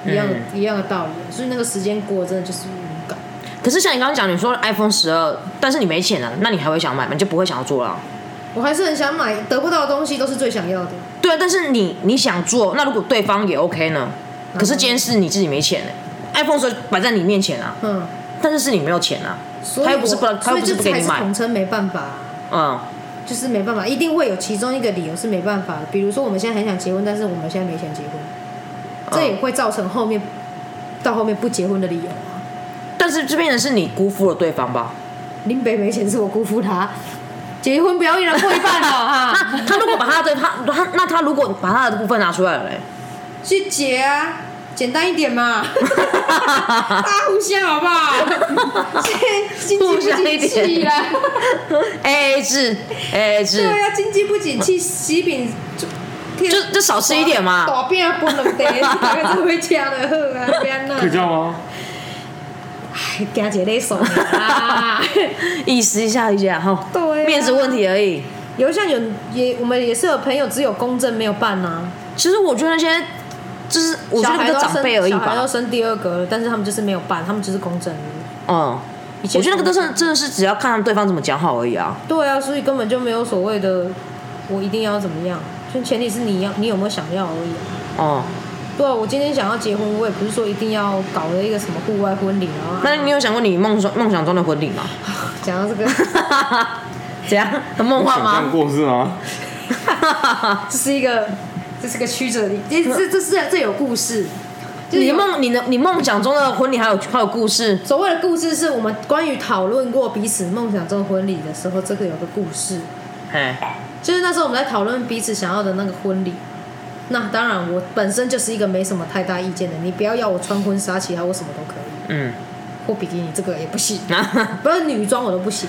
Speaker 3: 二？一样的、
Speaker 1: 嗯
Speaker 3: 一样的道理，所以那个时间过，真的就是无感。
Speaker 1: 可是像你刚刚讲，你说 iPhone 十二，但是你没钱啊，那你还会想买吗？你就不会想要做了啊、
Speaker 3: 我还是很想买，得不到的东西都是最想要的。
Speaker 1: 对啊，但是你你想做，那如果对方也 OK 呢？可
Speaker 3: 嗯
Speaker 1: 是今天是你自己没钱呢、iPhone 欸说摆在你面前啊，
Speaker 3: 嗯，
Speaker 1: 但是是你没有钱啊，
Speaker 3: 所以
Speaker 1: 他又不是不
Speaker 3: 我
Speaker 1: 他又不是不
Speaker 3: 所以
Speaker 1: 给
Speaker 3: 这才
Speaker 1: 你
Speaker 3: 是
Speaker 1: 买，
Speaker 3: 统称没办法啊、
Speaker 1: 嗯，
Speaker 3: 就是没办法，一定会有其中一个理由是没办法的。比如说我们现在很想结婚，但是我们现在没钱结婚，这也
Speaker 1: 嗯
Speaker 3: 会造成后面到后面不结婚的理由啊。
Speaker 1: 但是这边的是你辜负了对方吧？
Speaker 3: 林北没钱是我辜负他，结婚不要一人过一半 啊了哈，
Speaker 1: 那他如果把他的他他那他如果把他的部分拿出来了 嘞，
Speaker 3: 去结啊，简单一 点嘛，大家互相好 不好？现在经济不
Speaker 1: 互相一
Speaker 3: 景气
Speaker 1: 点
Speaker 3: 啦。
Speaker 1: ，A A 制，A A 制
Speaker 3: 对，啊，经济不景气，喜饼就
Speaker 1: 就就少吃一点嘛
Speaker 3: 大饼啊，不能得，大家做伙吃的好啊，不要
Speaker 4: 可以
Speaker 3: 那。
Speaker 4: 这样 吗？
Speaker 3: 哎，惊一个勒爽啊！
Speaker 1: 意思一下一下哈，
Speaker 3: 对啊
Speaker 1: 面子问题而已。
Speaker 3: 有像有也，我们也是有朋友只有公证没有办啊。
Speaker 1: 其实我觉得那些就是我觉
Speaker 3: 小
Speaker 1: 得那
Speaker 3: 孩
Speaker 1: 个
Speaker 3: 都
Speaker 1: 长辈
Speaker 3: 生
Speaker 1: 而已
Speaker 3: 小孩都
Speaker 1: 吧，
Speaker 3: 生第二个了，但是他们就是没有办，他们就是公证而已。
Speaker 1: 嗯，
Speaker 3: 以前
Speaker 1: 我觉得那个都是真的是只要看他们对方怎么讲好而已啊。
Speaker 3: 对啊，所以根本就没有所谓的我一定要怎么样，就前提是你要你有没有想要而已啊、
Speaker 1: 哦、
Speaker 3: 对啊，我今天想要结婚，我也不是说一定要搞了一个什么户外婚礼啊。
Speaker 1: 那你有想过你梦中梦想中的婚礼 吗？
Speaker 3: 讲到这个。
Speaker 1: 怎样？很梦幻
Speaker 4: 想象
Speaker 1: 吗？
Speaker 4: 过是吗？
Speaker 3: 这是一个，这是个曲折的，这这这是这有故事。就是
Speaker 1: 你
Speaker 3: 有
Speaker 1: 梦你的你梦想中的婚礼还有还有故事
Speaker 3: 所谓的故事，是我们关于讨论过彼此梦想中婚礼的时候，这个有个故事，
Speaker 1: 哎，
Speaker 3: 就是那时候我们在讨论彼此想要的那个婚礼。那当然，我本身就是一个没什么太大意见的，你不要要我穿婚纱，啊其他我什么都可以，
Speaker 1: 嗯，
Speaker 3: 或比基尼这个也不行，
Speaker 1: 啊
Speaker 3: 不是女装我都不行。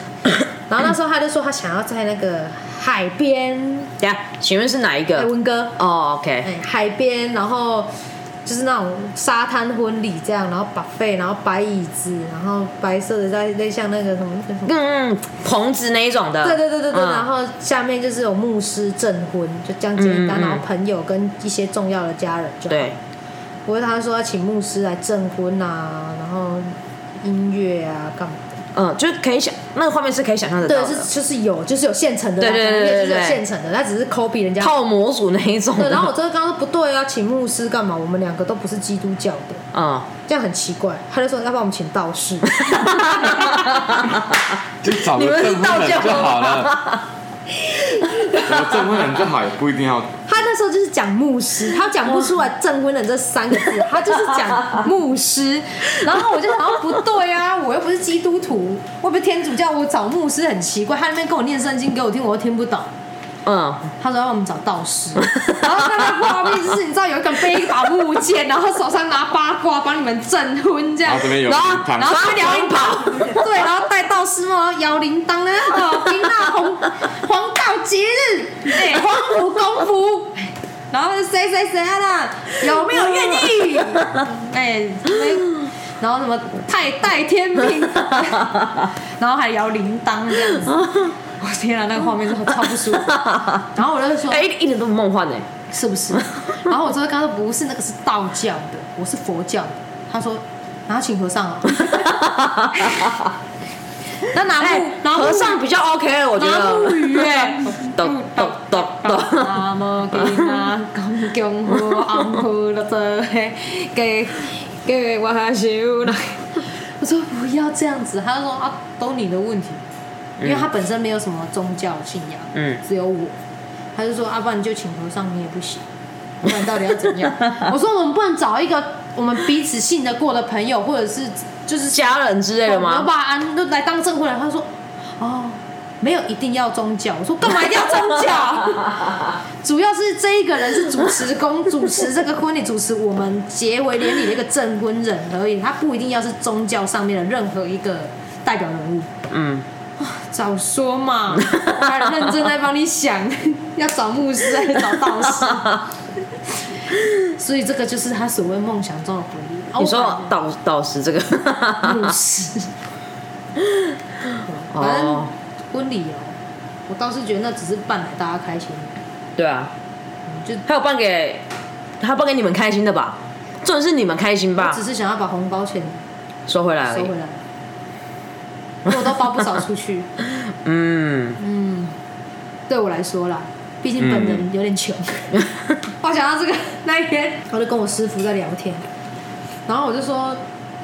Speaker 3: 然后那时候他就说他想要在那个海边，
Speaker 1: 等下，请问是哪一
Speaker 3: 哎、
Speaker 1: 个？
Speaker 3: 文哥，
Speaker 1: 哦，OK，
Speaker 3: 哎，海边，然后就是那种沙滩婚礼这样，然后 buffet，然后摆椅子，然后白色的在在像那个什么那个什么。
Speaker 1: 嗯，棚子那一种的，
Speaker 3: 对对对对对，
Speaker 1: 嗯
Speaker 3: 然后下面就是有牧师证婚，就这样简单，
Speaker 1: 嗯嗯嗯
Speaker 3: 然后朋友跟一些重要的家人就好。
Speaker 1: 对，
Speaker 3: 不过他说要请牧师来证婚啊，然后音乐啊干嘛的？
Speaker 1: 嗯，就是可以想那个画面是可以想象得
Speaker 3: 对，
Speaker 1: 到
Speaker 3: 是
Speaker 1: 的，
Speaker 3: 就是有，就是有现成的啦，
Speaker 1: 对对对
Speaker 3: 讲音乐
Speaker 1: 对
Speaker 3: 就是
Speaker 1: 对
Speaker 3: 有
Speaker 1: 对
Speaker 3: 现成的，他只是 copy 人家
Speaker 1: 套模组那一种
Speaker 3: 对，
Speaker 1: 的。
Speaker 3: 然后我这个刚刚说不对啊，请牧师干嘛？我们两个都不是基督教的。
Speaker 1: 嗯，
Speaker 3: 这样很奇怪，他就说要不然我们请道士，
Speaker 4: 就找个
Speaker 1: 你们是
Speaker 4: 证婚人就好 了。找个证婚人就好，也不一定要。
Speaker 3: 他那时候就是讲牧师，他讲不出来“证婚人”这三个字，他就是讲牧师。 然后我就想说不对啊，我又不是基督徒，我不是天主教，我找牧师很奇怪。他那边跟我念圣经给我听，我又听不懂。
Speaker 1: 嗯，
Speaker 3: 他说让我们找道士， 然后那个画面就是你知道有一个人背一把木剑，然后手上拿八卦帮你们证婚这样
Speaker 4: 然后，这边有
Speaker 1: 然后
Speaker 4: 灵堂
Speaker 1: 然后
Speaker 3: 他
Speaker 1: 聊一跑，
Speaker 3: 对，然后戴道士帽，然后摇铃铛呢，哦，听到红 黄道节日，哎、黄埔公服，然后谁谁谁啊啦，有没有愿意？哎、没然后什么太戴天命， 然后还摇铃铛这样子， 我天啊，那个画面真的超不舒服。然后我就说，
Speaker 1: 哎，一点都不梦幻哎，
Speaker 3: 是不是？ 然后我就跟他说不是，那个是道教的，我是佛教的。他 说，然后请和尚哦。哦 那拿木，哎然后
Speaker 1: 哎和尚比较 OK，我觉
Speaker 3: 拿木
Speaker 1: 得。
Speaker 3: 鱼哎，
Speaker 1: 咚咚咚咚嗯
Speaker 3: 那么给他姜糊、红糊了这给给我修来。我说不要这样子，他就说啊，都你的问题，因为他本身没有什么宗教信仰，
Speaker 1: 嗯
Speaker 3: 只有我。他就说，啊，不然你就请和尚，你也不行，不然到底要怎样？我说我们不能找一个我们彼此信得过的朋友，或者是就是
Speaker 1: 家人之类的
Speaker 3: 我
Speaker 1: 吗？
Speaker 3: 把安都来当证婚人，他说哦，没有一定要宗教。我说干嘛一定要宗 教？主要是这一个人是主持公主持这个婚礼，主持我们结为连理的一个证婚人而已，他不一定要是宗教上面的任何一个代表人物。啊
Speaker 1: 嗯，
Speaker 3: 早说嘛，我还认真在帮你想，要找牧师还是找道 士？所以这个就是他所谓梦想中的婚礼。
Speaker 1: 你
Speaker 3: 啊我
Speaker 1: 说
Speaker 3: 感
Speaker 1: 导导师这个，
Speaker 3: 觉牧师。反正
Speaker 1: 哦，
Speaker 3: 婚礼哦，我倒是觉得那只是办来大家开心，
Speaker 1: 对啊，
Speaker 3: 就
Speaker 1: 他有办给，他办给你们开心的吧？重点是你们开心
Speaker 3: 我
Speaker 1: 吧
Speaker 3: 只？是想要把红包钱
Speaker 1: 收回来而
Speaker 3: 收
Speaker 1: 已
Speaker 3: 回。来，因为我都包不少出去。
Speaker 1: 嗯，
Speaker 3: 嗯，对我来说啦，毕竟本
Speaker 1: 嗯
Speaker 3: 人有 点穷。我想到这个那一天，我就跟我师傅在聊天，然后我就说，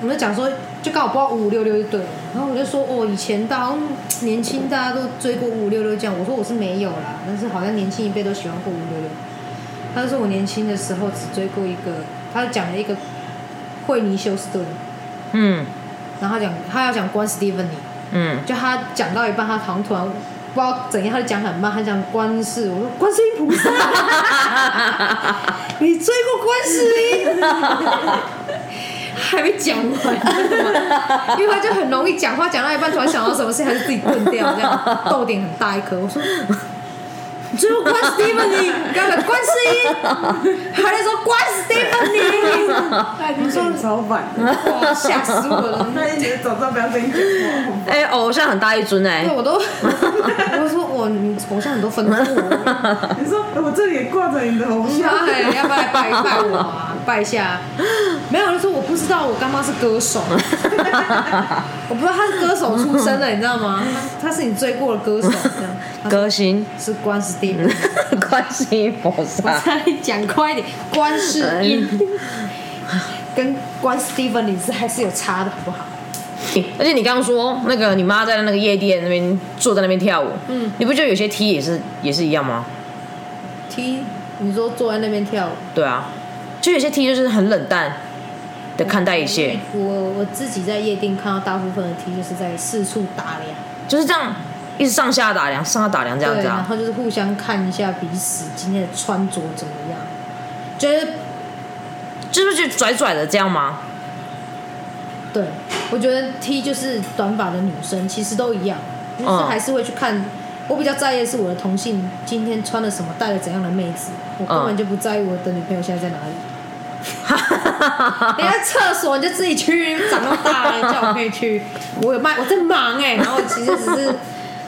Speaker 3: 我们就讲说，就刚好报五五六六就对了。然后我就说，哦，以前大家好像年轻大家都追过五五六六这样，我说我是没有啦，但是好像年轻一辈都喜欢过五五六六。他就说我年轻的时候只追过一个，他就讲了一个惠尼休斯顿，
Speaker 1: 嗯
Speaker 3: 然后他讲他要讲关 Stephanie。
Speaker 1: 嗯，
Speaker 3: 就他讲到一半，他好像突然不知道怎样，他就讲很慢，他讲观世，我说观世音菩萨， 你追过观世音？还没讲完，因为他就很容易讲话，讲到一半突然想到什么事，他就自己顿掉，这样逗点很大一颗。我说。你追过观世音吗？你刚才观世音，还在说观世音吗
Speaker 5: 他已经说超反了，
Speaker 3: 你，哇，吓死我了！
Speaker 5: 他已经觉得早知道不要跟你讲话。
Speaker 1: 哎、偶像很大一尊哎、
Speaker 3: 对，我都，我说我你头像很多分布，
Speaker 5: 你说哎我这里挂着你的红
Speaker 3: 妈
Speaker 5: 像，
Speaker 3: 的，哎要不要来拜一拜我啊？拜一下？没有，我就说我不知道，我干妈是歌手，我不知道她是歌手出身的，你知道吗？她她是你追过的歌手，这样。她说
Speaker 1: 歌 星
Speaker 3: 是关世音，
Speaker 1: 观世音菩
Speaker 3: 我
Speaker 1: 萨，
Speaker 3: 差点讲快一点，关世音跟关 Steven 你是还是有差的，好不好？
Speaker 1: 而且你刚刚说那个你妈在那个夜店那边坐在那边跳舞，嗯，你不觉得有些 T 也是也是一样吗？
Speaker 3: T，你说坐在那边跳舞，
Speaker 1: 对啊，就有些 T 就是很冷淡的看待一切，
Speaker 3: 我我自己在夜店看到大部分的 T 就是在四处打量。
Speaker 1: 就是这样一直上下打量，上下打量这样
Speaker 3: 对，
Speaker 1: 子
Speaker 3: 然
Speaker 1: 啊。
Speaker 3: 后就是互相看一下彼此今天的穿着怎么样，觉得
Speaker 1: 就是就拽拽的这样吗？
Speaker 3: 对，我觉得 T 就是短发的女生，其实都一样，就是
Speaker 1: 嗯
Speaker 3: 还是会去看。我比较在意的是我的同性今天穿了什么，带了怎样的妹子，我根本
Speaker 1: 嗯啊
Speaker 3: 就不在意我的女朋友现在在哪里。你在厕所你就自己去，长那么大了叫我可以去， 我有卖，我在忙哎、然后我其实只是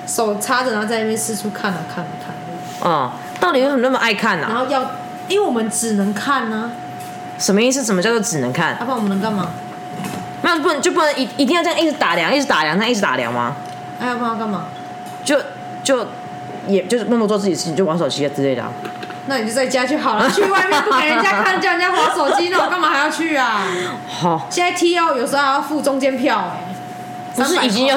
Speaker 3: 手插着，然后在那边四处看啊看啊看啊
Speaker 1: 嗯，到底为什么那么爱看
Speaker 3: 然
Speaker 1: 啊？
Speaker 3: 后要，因为我们只能看啊，
Speaker 1: 什么意思？什么叫做只能看？
Speaker 3: 要不然我们能干嘛？
Speaker 1: 那不能就不能一一定要这样一直打量，一直打量，那一直打量吗？
Speaker 3: 哎，要不然要干嘛？
Speaker 1: 就就也就是默默做自己的事情，就玩手机啊之类的、啊。
Speaker 3: 那你就在家就好了，去外面不给人家看，叫人家划手机，那我干嘛还要去啊？
Speaker 1: 好，
Speaker 3: 现在 T O 有时候还要付中间票、
Speaker 1: 不是已经要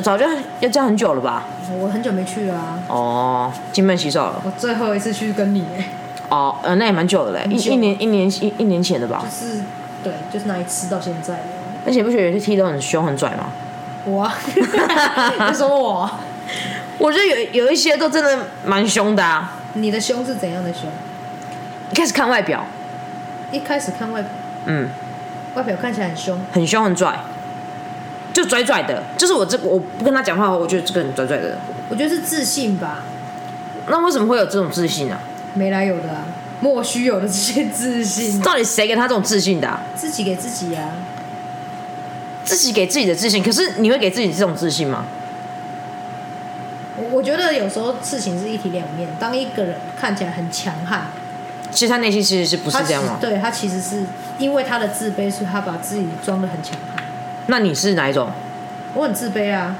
Speaker 1: 早就要这样很久了吧？
Speaker 3: 我很久没去啊，
Speaker 1: 哦，金门洗手了。
Speaker 3: 我最后一次去跟你、
Speaker 1: 哦，呃，那也蛮久的嘞，一
Speaker 3: 久
Speaker 1: 一年一年一一年前的吧
Speaker 3: 就。是对，就是那一次到现在的
Speaker 1: 而且不觉得有些 T 都很凶很拽吗？
Speaker 3: 我、 啊，你说我啊，
Speaker 1: 我觉得有有一些都真的蛮凶的啊。
Speaker 3: 你的胸是怎样的胸？
Speaker 1: 一开始看外表，
Speaker 3: 一开始看外
Speaker 1: 嗯，
Speaker 3: 外表看起来很凶，
Speaker 1: 很凶很拽，就拽拽的。就是我这我不跟他讲话，我觉得这个人拽拽的。
Speaker 3: 我觉得是自信吧，
Speaker 1: 那为什么会有这种自信啊？
Speaker 3: 没来由的啊，莫须有的这些自信，
Speaker 1: 到底谁给他这种自信的啊、
Speaker 3: 自己给自己啊。
Speaker 1: 自己给自己的自信，可是你会给自己这种自信吗？
Speaker 3: 我我觉得有时候事情是一体两面。当一个人看起来很强悍，
Speaker 1: 其实他内心其实是不是
Speaker 3: 他
Speaker 1: 这样
Speaker 3: 其
Speaker 1: 吗？
Speaker 3: 对他其实是因为他的自卑，所以他把自己装的很强悍。
Speaker 1: 那你是哪一种？
Speaker 3: 我很自卑啊，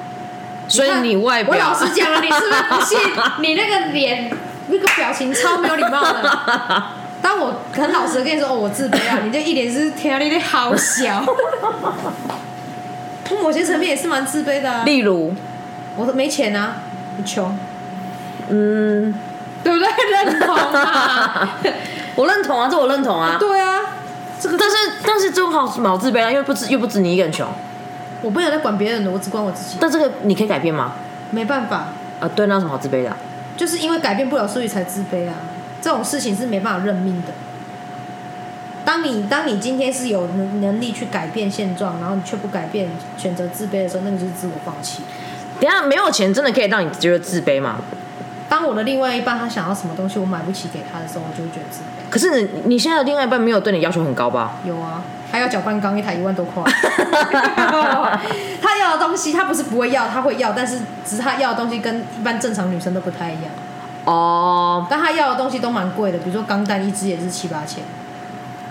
Speaker 1: 所以
Speaker 3: 看
Speaker 1: 你外表，
Speaker 3: 我老实
Speaker 1: 啊
Speaker 3: 啊 讲了，你是不是不信？你那个脸，那个表情超没有礼貌的。但我很老实地跟你说，哦，我自卑啊，你这一脸是天力力 好小。我某些层面也是蛮自卑的 啊，
Speaker 1: 例如，
Speaker 3: 我说没钱啊，我穷，嗯，
Speaker 1: 嗯
Speaker 3: 对不对？认同啊，
Speaker 1: 我认同啊，这我认同啊。
Speaker 3: 对啊，
Speaker 1: 这个，但是但是这种好好自卑啊，因为不止又不止你一个人穷，
Speaker 3: 我不想再管别人了，我只管我自己，
Speaker 1: 但这个你可以改变吗？
Speaker 3: 没办法，
Speaker 1: 啊，对，那有什么好自卑的啊、
Speaker 3: 就是因为改变不了，所以才自卑啊。这种事情是没办法认命的。当你当你今天是有能能力去改变现状，然后你却不改变，选择自卑的时候，那个就是自我放弃。
Speaker 1: 等一下没有钱真的可以让你觉得自卑吗？
Speaker 3: 当我的另外一半他想要什么东西，我买不起给他的时候，我就会觉得自卑。
Speaker 1: 可是你你现在的另外一半没有对你要求很高吧？
Speaker 3: 有啊，还要搅拌缸一台一万多块。 他要的东西，他不是不会要，他会要，但是只是他要的东西跟一般正常女生都不太一样。
Speaker 1: 哦，
Speaker 3: 但他要的东西都蛮贵的，比如说钢弹一只也是七八千。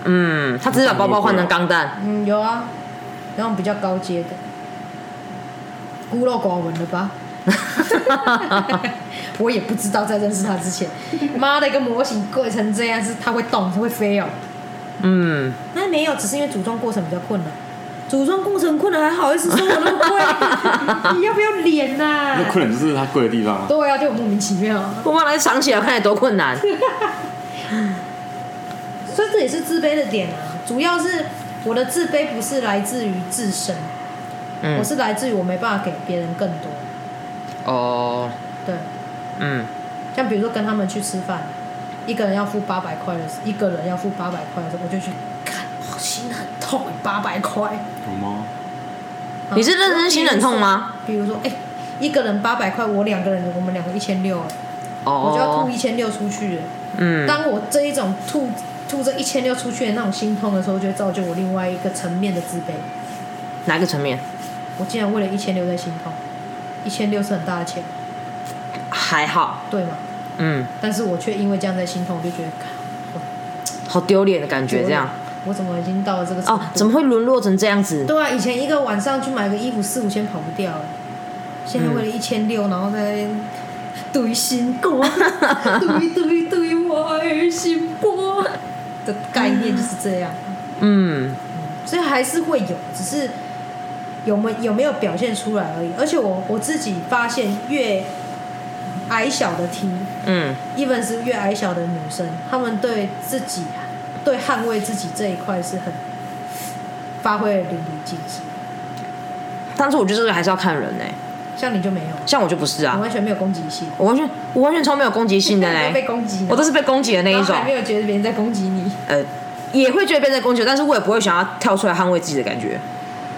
Speaker 1: 嗯，他只是把包包换成钢弹，
Speaker 3: 嗯，有啊，那种比较高阶的，孤陋寡闻了吧？ 我也不知道，在认识他之前，妈的，一个模型贵成这样，是它会动，它会飞哦。
Speaker 1: 嗯，
Speaker 3: 那没有，只是因为组装过程比较困难，组装过程困难，还好意思说我那么贵？你 要不要脸呐、
Speaker 4: 那困难就是它贵的地方啊。
Speaker 3: 对啊，就很莫名其妙。
Speaker 1: 我把它藏起来看有多困难。
Speaker 3: 所以这也是自卑的点啊，主要是我的自卑不是来自于自身，
Speaker 1: 嗯
Speaker 3: 我，是来自于我没办法给别人更多。
Speaker 1: 哦，
Speaker 3: 对，
Speaker 1: 嗯，
Speaker 3: 像比如说跟他们去吃饭，一个人要付八百块的时候，一个人要付八百块的时候，我就去看，我心很痛，八百块。
Speaker 4: 有吗？
Speaker 3: 啊
Speaker 1: 你是认真心很痛吗？
Speaker 3: 比如说，哎、一个人八百块，我两个人，我们两个一千六，我就要吐
Speaker 1: 哦，
Speaker 3: 一千六出去了。
Speaker 1: 嗯，
Speaker 3: 当我这一种吐吐这一千六出去的那种心痛的时候，就会造就我另外一个层面的自卑。
Speaker 1: 哪一个层面？
Speaker 3: 我竟然为了一千六在心痛，一千六是很大的钱，
Speaker 1: 还好，
Speaker 3: 对吗？
Speaker 1: 嗯，
Speaker 3: 但是我却因为这样在心痛，我就觉得，看我
Speaker 1: 好丢脸的感觉这样。，
Speaker 3: 我怎么已经到了这个程
Speaker 1: 哦
Speaker 3: 度？，
Speaker 1: 怎么会沦落成这样子？
Speaker 3: 对啊，以前一个晚上去买个衣服四五千跑不掉了，现在为
Speaker 1: 嗯
Speaker 3: 了一千六，然后在那边对心肝， 对对对我儿心肝的概念就是这样，
Speaker 1: 嗯，
Speaker 3: 所以还是会有，只是有没有没有表现出来而已。而且我我自己发现，越矮小的 T，
Speaker 1: 嗯，
Speaker 3: even 是越矮小的女生，她们对自己对捍卫自己这一块是很发挥得淋漓尽致。
Speaker 1: 但是我觉得这个还是要看人呢、欸
Speaker 3: 像你就没有，
Speaker 1: 像我就不是
Speaker 3: 你
Speaker 1: 啊，
Speaker 3: 完全没有攻击性，
Speaker 1: 我完全我完全超没有攻击性的
Speaker 3: 你都被
Speaker 1: 嘞，
Speaker 3: 攻 击，
Speaker 1: 我都是被攻击的那
Speaker 3: 然
Speaker 1: 一
Speaker 3: 后
Speaker 1: 种
Speaker 3: 还，没有觉得别人在攻击你。
Speaker 1: 呃，也会觉得被在攻击，但是我也不会想要跳出来捍卫自己的感觉。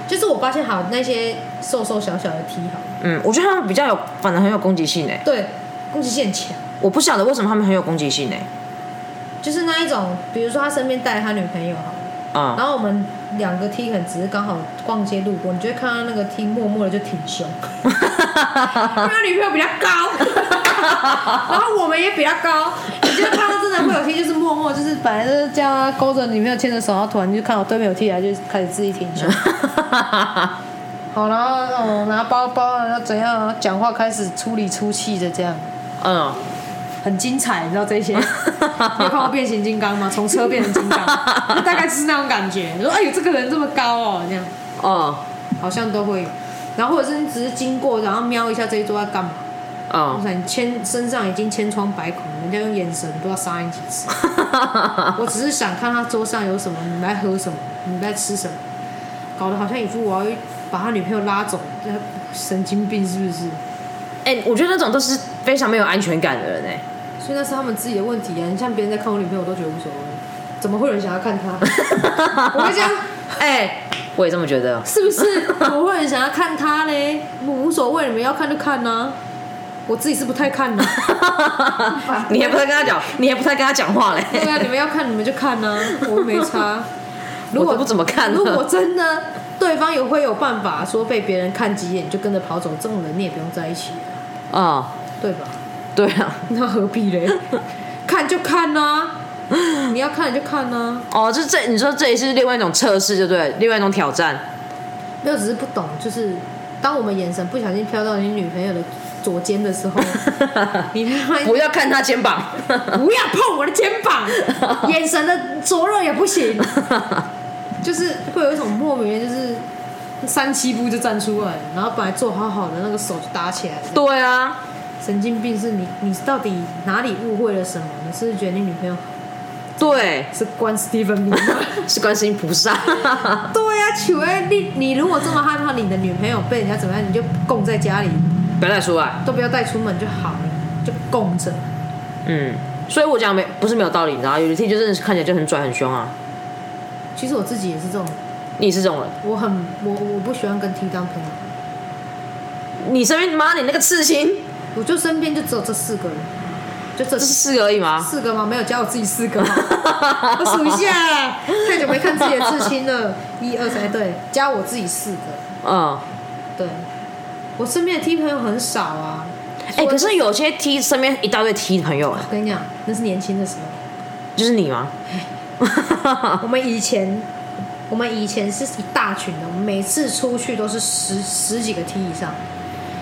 Speaker 3: 就是我发现好那些瘦瘦小小的 T 好，
Speaker 1: 嗯，我觉得他们比较有，反而很有攻击性诶、欸
Speaker 3: 对，攻击性很强，
Speaker 1: 我不晓得为什么他们很有攻击性欸诶、
Speaker 3: 就是那一种，比如说他身边带他女朋友好了，
Speaker 1: 啊、
Speaker 3: 然后我们两个 T 可能只是刚好逛街路过，你就会看到那个 T 默默的就挺胸，因为他女朋友比较高，然后我们也比较高，你就会看到真的会有 T 就是默默就是本来就是这样啊勾着女朋友牵着手，然后突然就看我对面有 T 来就开始自己挺胸。
Speaker 1: 嗯
Speaker 3: 好，然后嗯，拿包包啊，然后怎样啊，讲话开始粗里粗气的这样，
Speaker 1: 嗯，
Speaker 3: 很精彩，你知道这些？你有看过变形金刚吗？从车变成金刚，就大概就是那种感觉。你说哎呦，这个人这么高哦，这样
Speaker 1: 哦，
Speaker 3: 好像都会有。然后或者是你只是经过，然后瞄一下这一桌在干嘛，
Speaker 1: 哦
Speaker 3: 我，想你千身上已经千疮百孔，人家用眼神都要杀你几次。我只是想看他桌上有什么，你们在喝什么，你们在吃什么，搞得好像一副我要把他女朋友拉走，这神经病是不是？
Speaker 1: 哎、我觉得那种都是非常没有安全感的人诶、欸
Speaker 3: 所以那是他们自己的问题啊！你像别人在看我女朋友，我都觉得无所谓，怎么会有人想要看她？我会这样，
Speaker 1: 哎、我也这么觉得。
Speaker 3: 是不是？怎么会有人想要看她嘞？我无所谓，你们要看就看呐、我自己是不太看的、
Speaker 1: 你还不太跟他 讲，你还不太跟他讲话嘞。
Speaker 3: 对啊，你们要看你们就看呐、我又 没差。如
Speaker 1: 我
Speaker 3: 果
Speaker 1: 都不怎么看呢啊
Speaker 3: 如果真的对方有会有办法说被别人看几眼你就跟着跑走，这种人你也不用在一起啊，
Speaker 1: 哦，
Speaker 3: 对吧？
Speaker 1: 对啊，
Speaker 3: 那何 必嘞？看就看呐、你要看你就看啊呐、
Speaker 1: 哦，就这你说这也是另外一种测试，对不对？另外一种挑战。
Speaker 3: 没有，只是不懂，就是当我们眼神不小心飘到你女朋友的左肩的时 候，你他妈
Speaker 1: 哎不要看他肩膀，
Speaker 3: 不要碰我的肩膀，眼神的灼热也不行， 就是会有一种莫名的，就是三七步就站出来，然后本来坐好好的那个手就搭起来了。
Speaker 1: 对啊，
Speaker 3: 神经病是你，你到底哪里误会了什么？你是不是觉得你女朋友
Speaker 1: 对，
Speaker 3: 是关 Steven 吗？
Speaker 1: 是观世音菩萨，
Speaker 3: 对呀、啊，请问你你如果这么害怕你的女朋友被人家怎么样，你就供在家里，
Speaker 1: 不要再啊出来。
Speaker 3: 都不要带出门就好了，就供着。
Speaker 1: 嗯，所以我讲没不是没有道理，你知道，有的 T 就真的是看起来就很拽很凶啊。
Speaker 3: 其实我自己也是这种，
Speaker 1: 你也是这种人，
Speaker 3: 我很我我不喜欢跟 T 当朋友，
Speaker 1: 你身边妈你那个刺青，
Speaker 3: 我就身边就只有这四个人，就这
Speaker 1: 这是四个而已吗？
Speaker 3: 四个吗？没有加我自己四个吗？我数一下，太久没看自己的刺青了，一二三，对，加我自己四个，
Speaker 1: 嗯，
Speaker 3: 对，我身边的 T 朋友很少啊。
Speaker 1: 哎、可是有些 T 身边一大堆 T 朋友，啊
Speaker 3: 我跟你讲，那是年轻的时候，
Speaker 1: 就是你吗？
Speaker 3: 我们以前。我们以前是一大群的，我们每次出去都是十十几个 T 以上，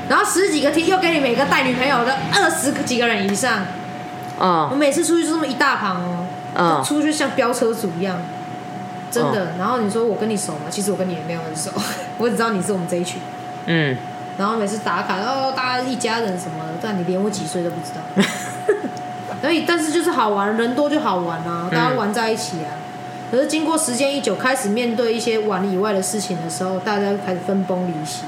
Speaker 3: 然后十几个 T 又给你每个带女朋友的二十几个人以上，我
Speaker 1: 嗯
Speaker 3: 每次出去就这么一大盘哦，
Speaker 1: 嗯嗯
Speaker 3: 就出去像飙车族一样，真的。然后你说我跟你熟吗？其实我跟你也没有很熟， 我只知道你是我们这一群。
Speaker 1: 嗯，
Speaker 3: 然后每次打卡，哦，大家一家人什么的，但你连我几岁都不 知道。所以，但是就是好玩，人多就好玩
Speaker 1: 嗯
Speaker 3: 啊，大家玩在一起啊。可是经过时间一久，开始面对一些玩以外的事情的时候，大家就开始分崩离析。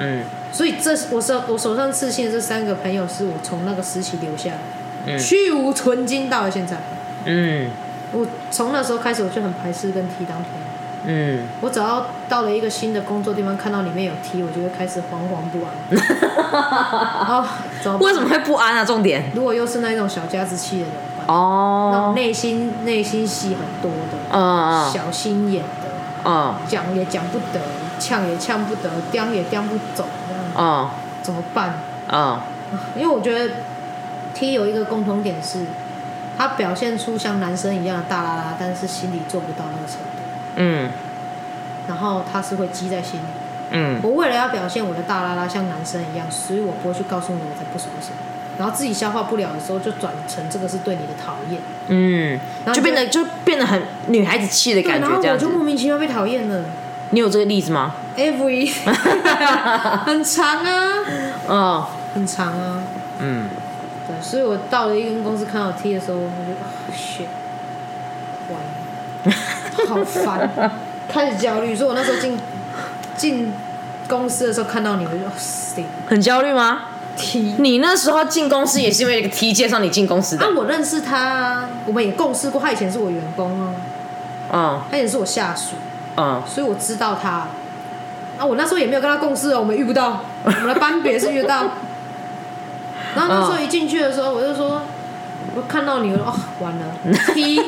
Speaker 1: 嗯
Speaker 3: 所以这我手我手上刺青的这三个朋友，是我从那个时期留下来的，
Speaker 1: 嗯
Speaker 3: 去无存菁到了现在。
Speaker 1: 嗯
Speaker 3: 我从那时候开始，我就很排斥跟 T 当朋友。
Speaker 1: 嗯，
Speaker 3: 我只要到了一个新的工作地方，看到里面有 T，我就会开始惶惶不安。 哦，怎么办
Speaker 1: 为什么？会不安啊？重点
Speaker 3: 如果又是那一种小家子气的人，那种
Speaker 1: 哦，
Speaker 3: 内心内心戏很多的，
Speaker 1: 嗯嗯
Speaker 3: 小心眼的，
Speaker 1: 嗯
Speaker 3: 讲也讲不得，呛也呛不得，刁也刁不走，这样
Speaker 1: 嗯
Speaker 3: 怎么办？啊
Speaker 1: 嗯，
Speaker 3: 因为我觉得 T 有一个共同点是，他表现出像男生一样的大啦啦，但是心里做不到那个程度。
Speaker 1: 嗯
Speaker 3: 然后他是会积在心里。
Speaker 1: 嗯
Speaker 3: 我为了要表现我的大拉拉像男生一样，所以我不会去告诉你我在不爽什么，然后自己消化不了的时候就转成这个是对你的讨厌，
Speaker 1: 嗯，
Speaker 3: 然后
Speaker 1: 就变得就变得很女孩子气的
Speaker 3: 对，
Speaker 1: 感
Speaker 3: 然
Speaker 1: 觉，这
Speaker 3: 后我
Speaker 1: 样
Speaker 3: 就
Speaker 1: 子。
Speaker 3: 莫名其妙被讨厌了。
Speaker 1: 你有这个例子吗？
Speaker 3: every 很长啊，
Speaker 1: 嗯
Speaker 3: 很长啊，
Speaker 4: 嗯，
Speaker 3: 对，所以我到了一间公司看到 T 的时候，我就啊 shit，完了，好烦，开始焦虑。所以我那时候进进公司的时候看到你，我就哦谁
Speaker 1: 很焦虑吗？
Speaker 3: T
Speaker 1: 你那时候进公司也是因为一个 T 介绍你进公司
Speaker 3: 啊
Speaker 1: 的，，
Speaker 3: 我认识他啊，我们也共事过，他以前是我员工哦，
Speaker 1: 嗯
Speaker 3: 他也是我下属，
Speaker 1: 嗯
Speaker 3: 所以我知道他。啊，我那时候也没有跟他共事哦，我们遇不到，我们的班别是遇到。然后那时候一进去的时候，我就说，我看到你，我说哦，完了 T，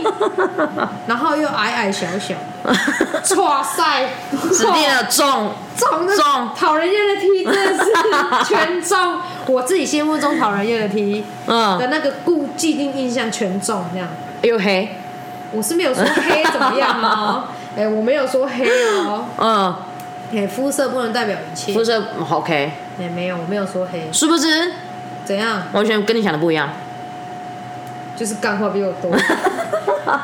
Speaker 3: 然后又矮矮小小，哇塞，
Speaker 1: 指定了中，
Speaker 3: 中的
Speaker 1: 中
Speaker 3: 讨人厌的 T 真 的是全中，我自己心目中讨人厌的 T 的
Speaker 1: 嗯，
Speaker 3: 那个固既定印象全中这样。
Speaker 1: 又黑，
Speaker 3: 我是没有说黑怎么样 哦，哎、我没有说黑哦，
Speaker 1: 嗯，
Speaker 3: 哎、肤色不能代表一切，
Speaker 1: 肤色 OK，
Speaker 3: 也、没有，我没有说黑，
Speaker 1: 殊不知
Speaker 3: 怎样，
Speaker 1: 完全跟你想的不一样，
Speaker 3: 就是干话比我 多，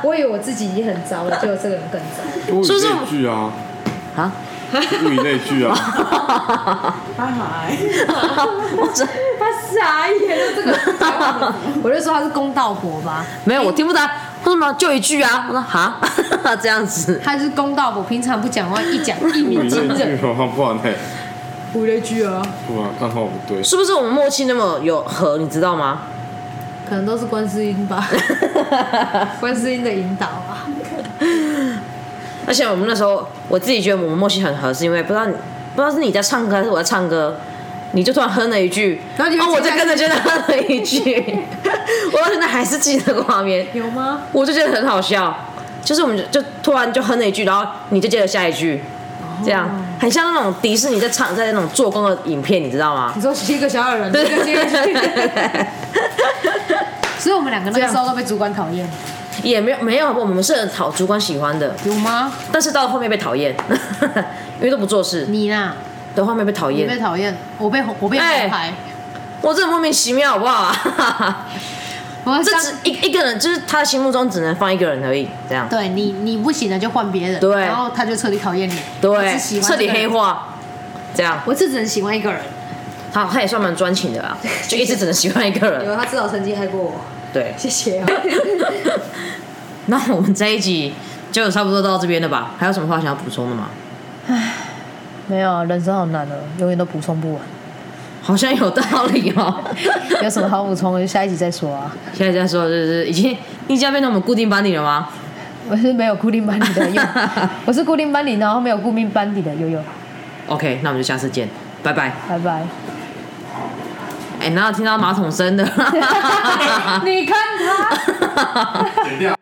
Speaker 3: 我以为我自己已经很糟了，结果这个人更 糟，
Speaker 4: 物以
Speaker 1: 是不是
Speaker 4: 类聚啊，
Speaker 1: 啊，
Speaker 4: 物以类 聚啊，
Speaker 5: 嗨嗨，
Speaker 3: 他傻眼了，这个，我就说他是公道婆吧，
Speaker 1: 没有，我听不懂，为什么就一句啊？我说哈， 这样子，
Speaker 3: 他是公道婆，平常不讲话，一讲一
Speaker 4: 物
Speaker 3: 鸣
Speaker 4: 以
Speaker 3: 惊人，
Speaker 4: 类聚 啊，不然嘞，
Speaker 3: 五雷句啊，
Speaker 4: 不然刚好不对，
Speaker 1: 是不是我们默契那么有合，你知道吗？
Speaker 3: 可能都是观世音 吧，观世音的引导啊，
Speaker 1: 而且我们那时候，我自己觉得我们默契很合，是因为不知道你不知道是你在唱歌还是我在唱歌，你就突然哼了一句，
Speaker 3: 然后你就
Speaker 1: 啊我
Speaker 3: 记
Speaker 1: 就
Speaker 3: 下
Speaker 1: 跟着觉得哼了一 句，我到现在还是记得画面，
Speaker 3: 有吗？
Speaker 1: 我就觉得很好笑。就是我们就就突然就哼了一句，然后你就接着下一句，
Speaker 3: 哦
Speaker 1: 这样很像那种迪士尼在唱在那种做工的影片，你知道吗？
Speaker 3: 你说七个小矮 人，
Speaker 1: 对
Speaker 3: 一个接一 个所以我们两个那个时候都被主管讨厌，
Speaker 1: 也没有没有，我们是很讨主管喜欢的，
Speaker 3: 有吗？
Speaker 1: 但是到后面被讨厌， 因为都不做事，
Speaker 3: 你啦，
Speaker 1: 到后面被讨
Speaker 3: 你
Speaker 1: 厌
Speaker 3: 被。讨厌，我被红我被
Speaker 1: 哎
Speaker 3: 红牌，
Speaker 1: 我真的莫名其妙，好不好、啊？
Speaker 3: 我
Speaker 1: 这只一一个人，就是他心目中只能放一个人而已，这样
Speaker 3: 对你你不行了就换别人，
Speaker 1: 对
Speaker 3: 然后他就彻底讨厌你，我只
Speaker 1: 对
Speaker 3: 喜，欢
Speaker 1: 彻底
Speaker 3: 这个
Speaker 1: 黑
Speaker 3: 人，
Speaker 1: 化，这样
Speaker 3: 我是只能喜欢一个人，
Speaker 1: 他他也算蛮专情的 啦，就一直只能喜欢一个人，
Speaker 3: 有他至少曾经害过我，
Speaker 1: 对。
Speaker 3: 谢 谢啊。
Speaker 1: 那我们这一集就差不多到这边了吧？还有什么话想要补充的吗？
Speaker 6: 没有啊，人生好难哦，永远都补充不完。
Speaker 1: 好像有道理 哦。
Speaker 6: 有什么好补充的，下一集再说啊。
Speaker 1: 现在在说就是已经你家变成我们固定班底了吗？
Speaker 6: 我是没有固定班底 的悠，我是固定班底，然后没有固定班底的悠悠。
Speaker 1: OK，那我们就下次见，拜拜。
Speaker 6: 拜 拜。
Speaker 1: 哎、哪有听到马桶声的？
Speaker 6: 你看他。
Speaker 4: 剪掉。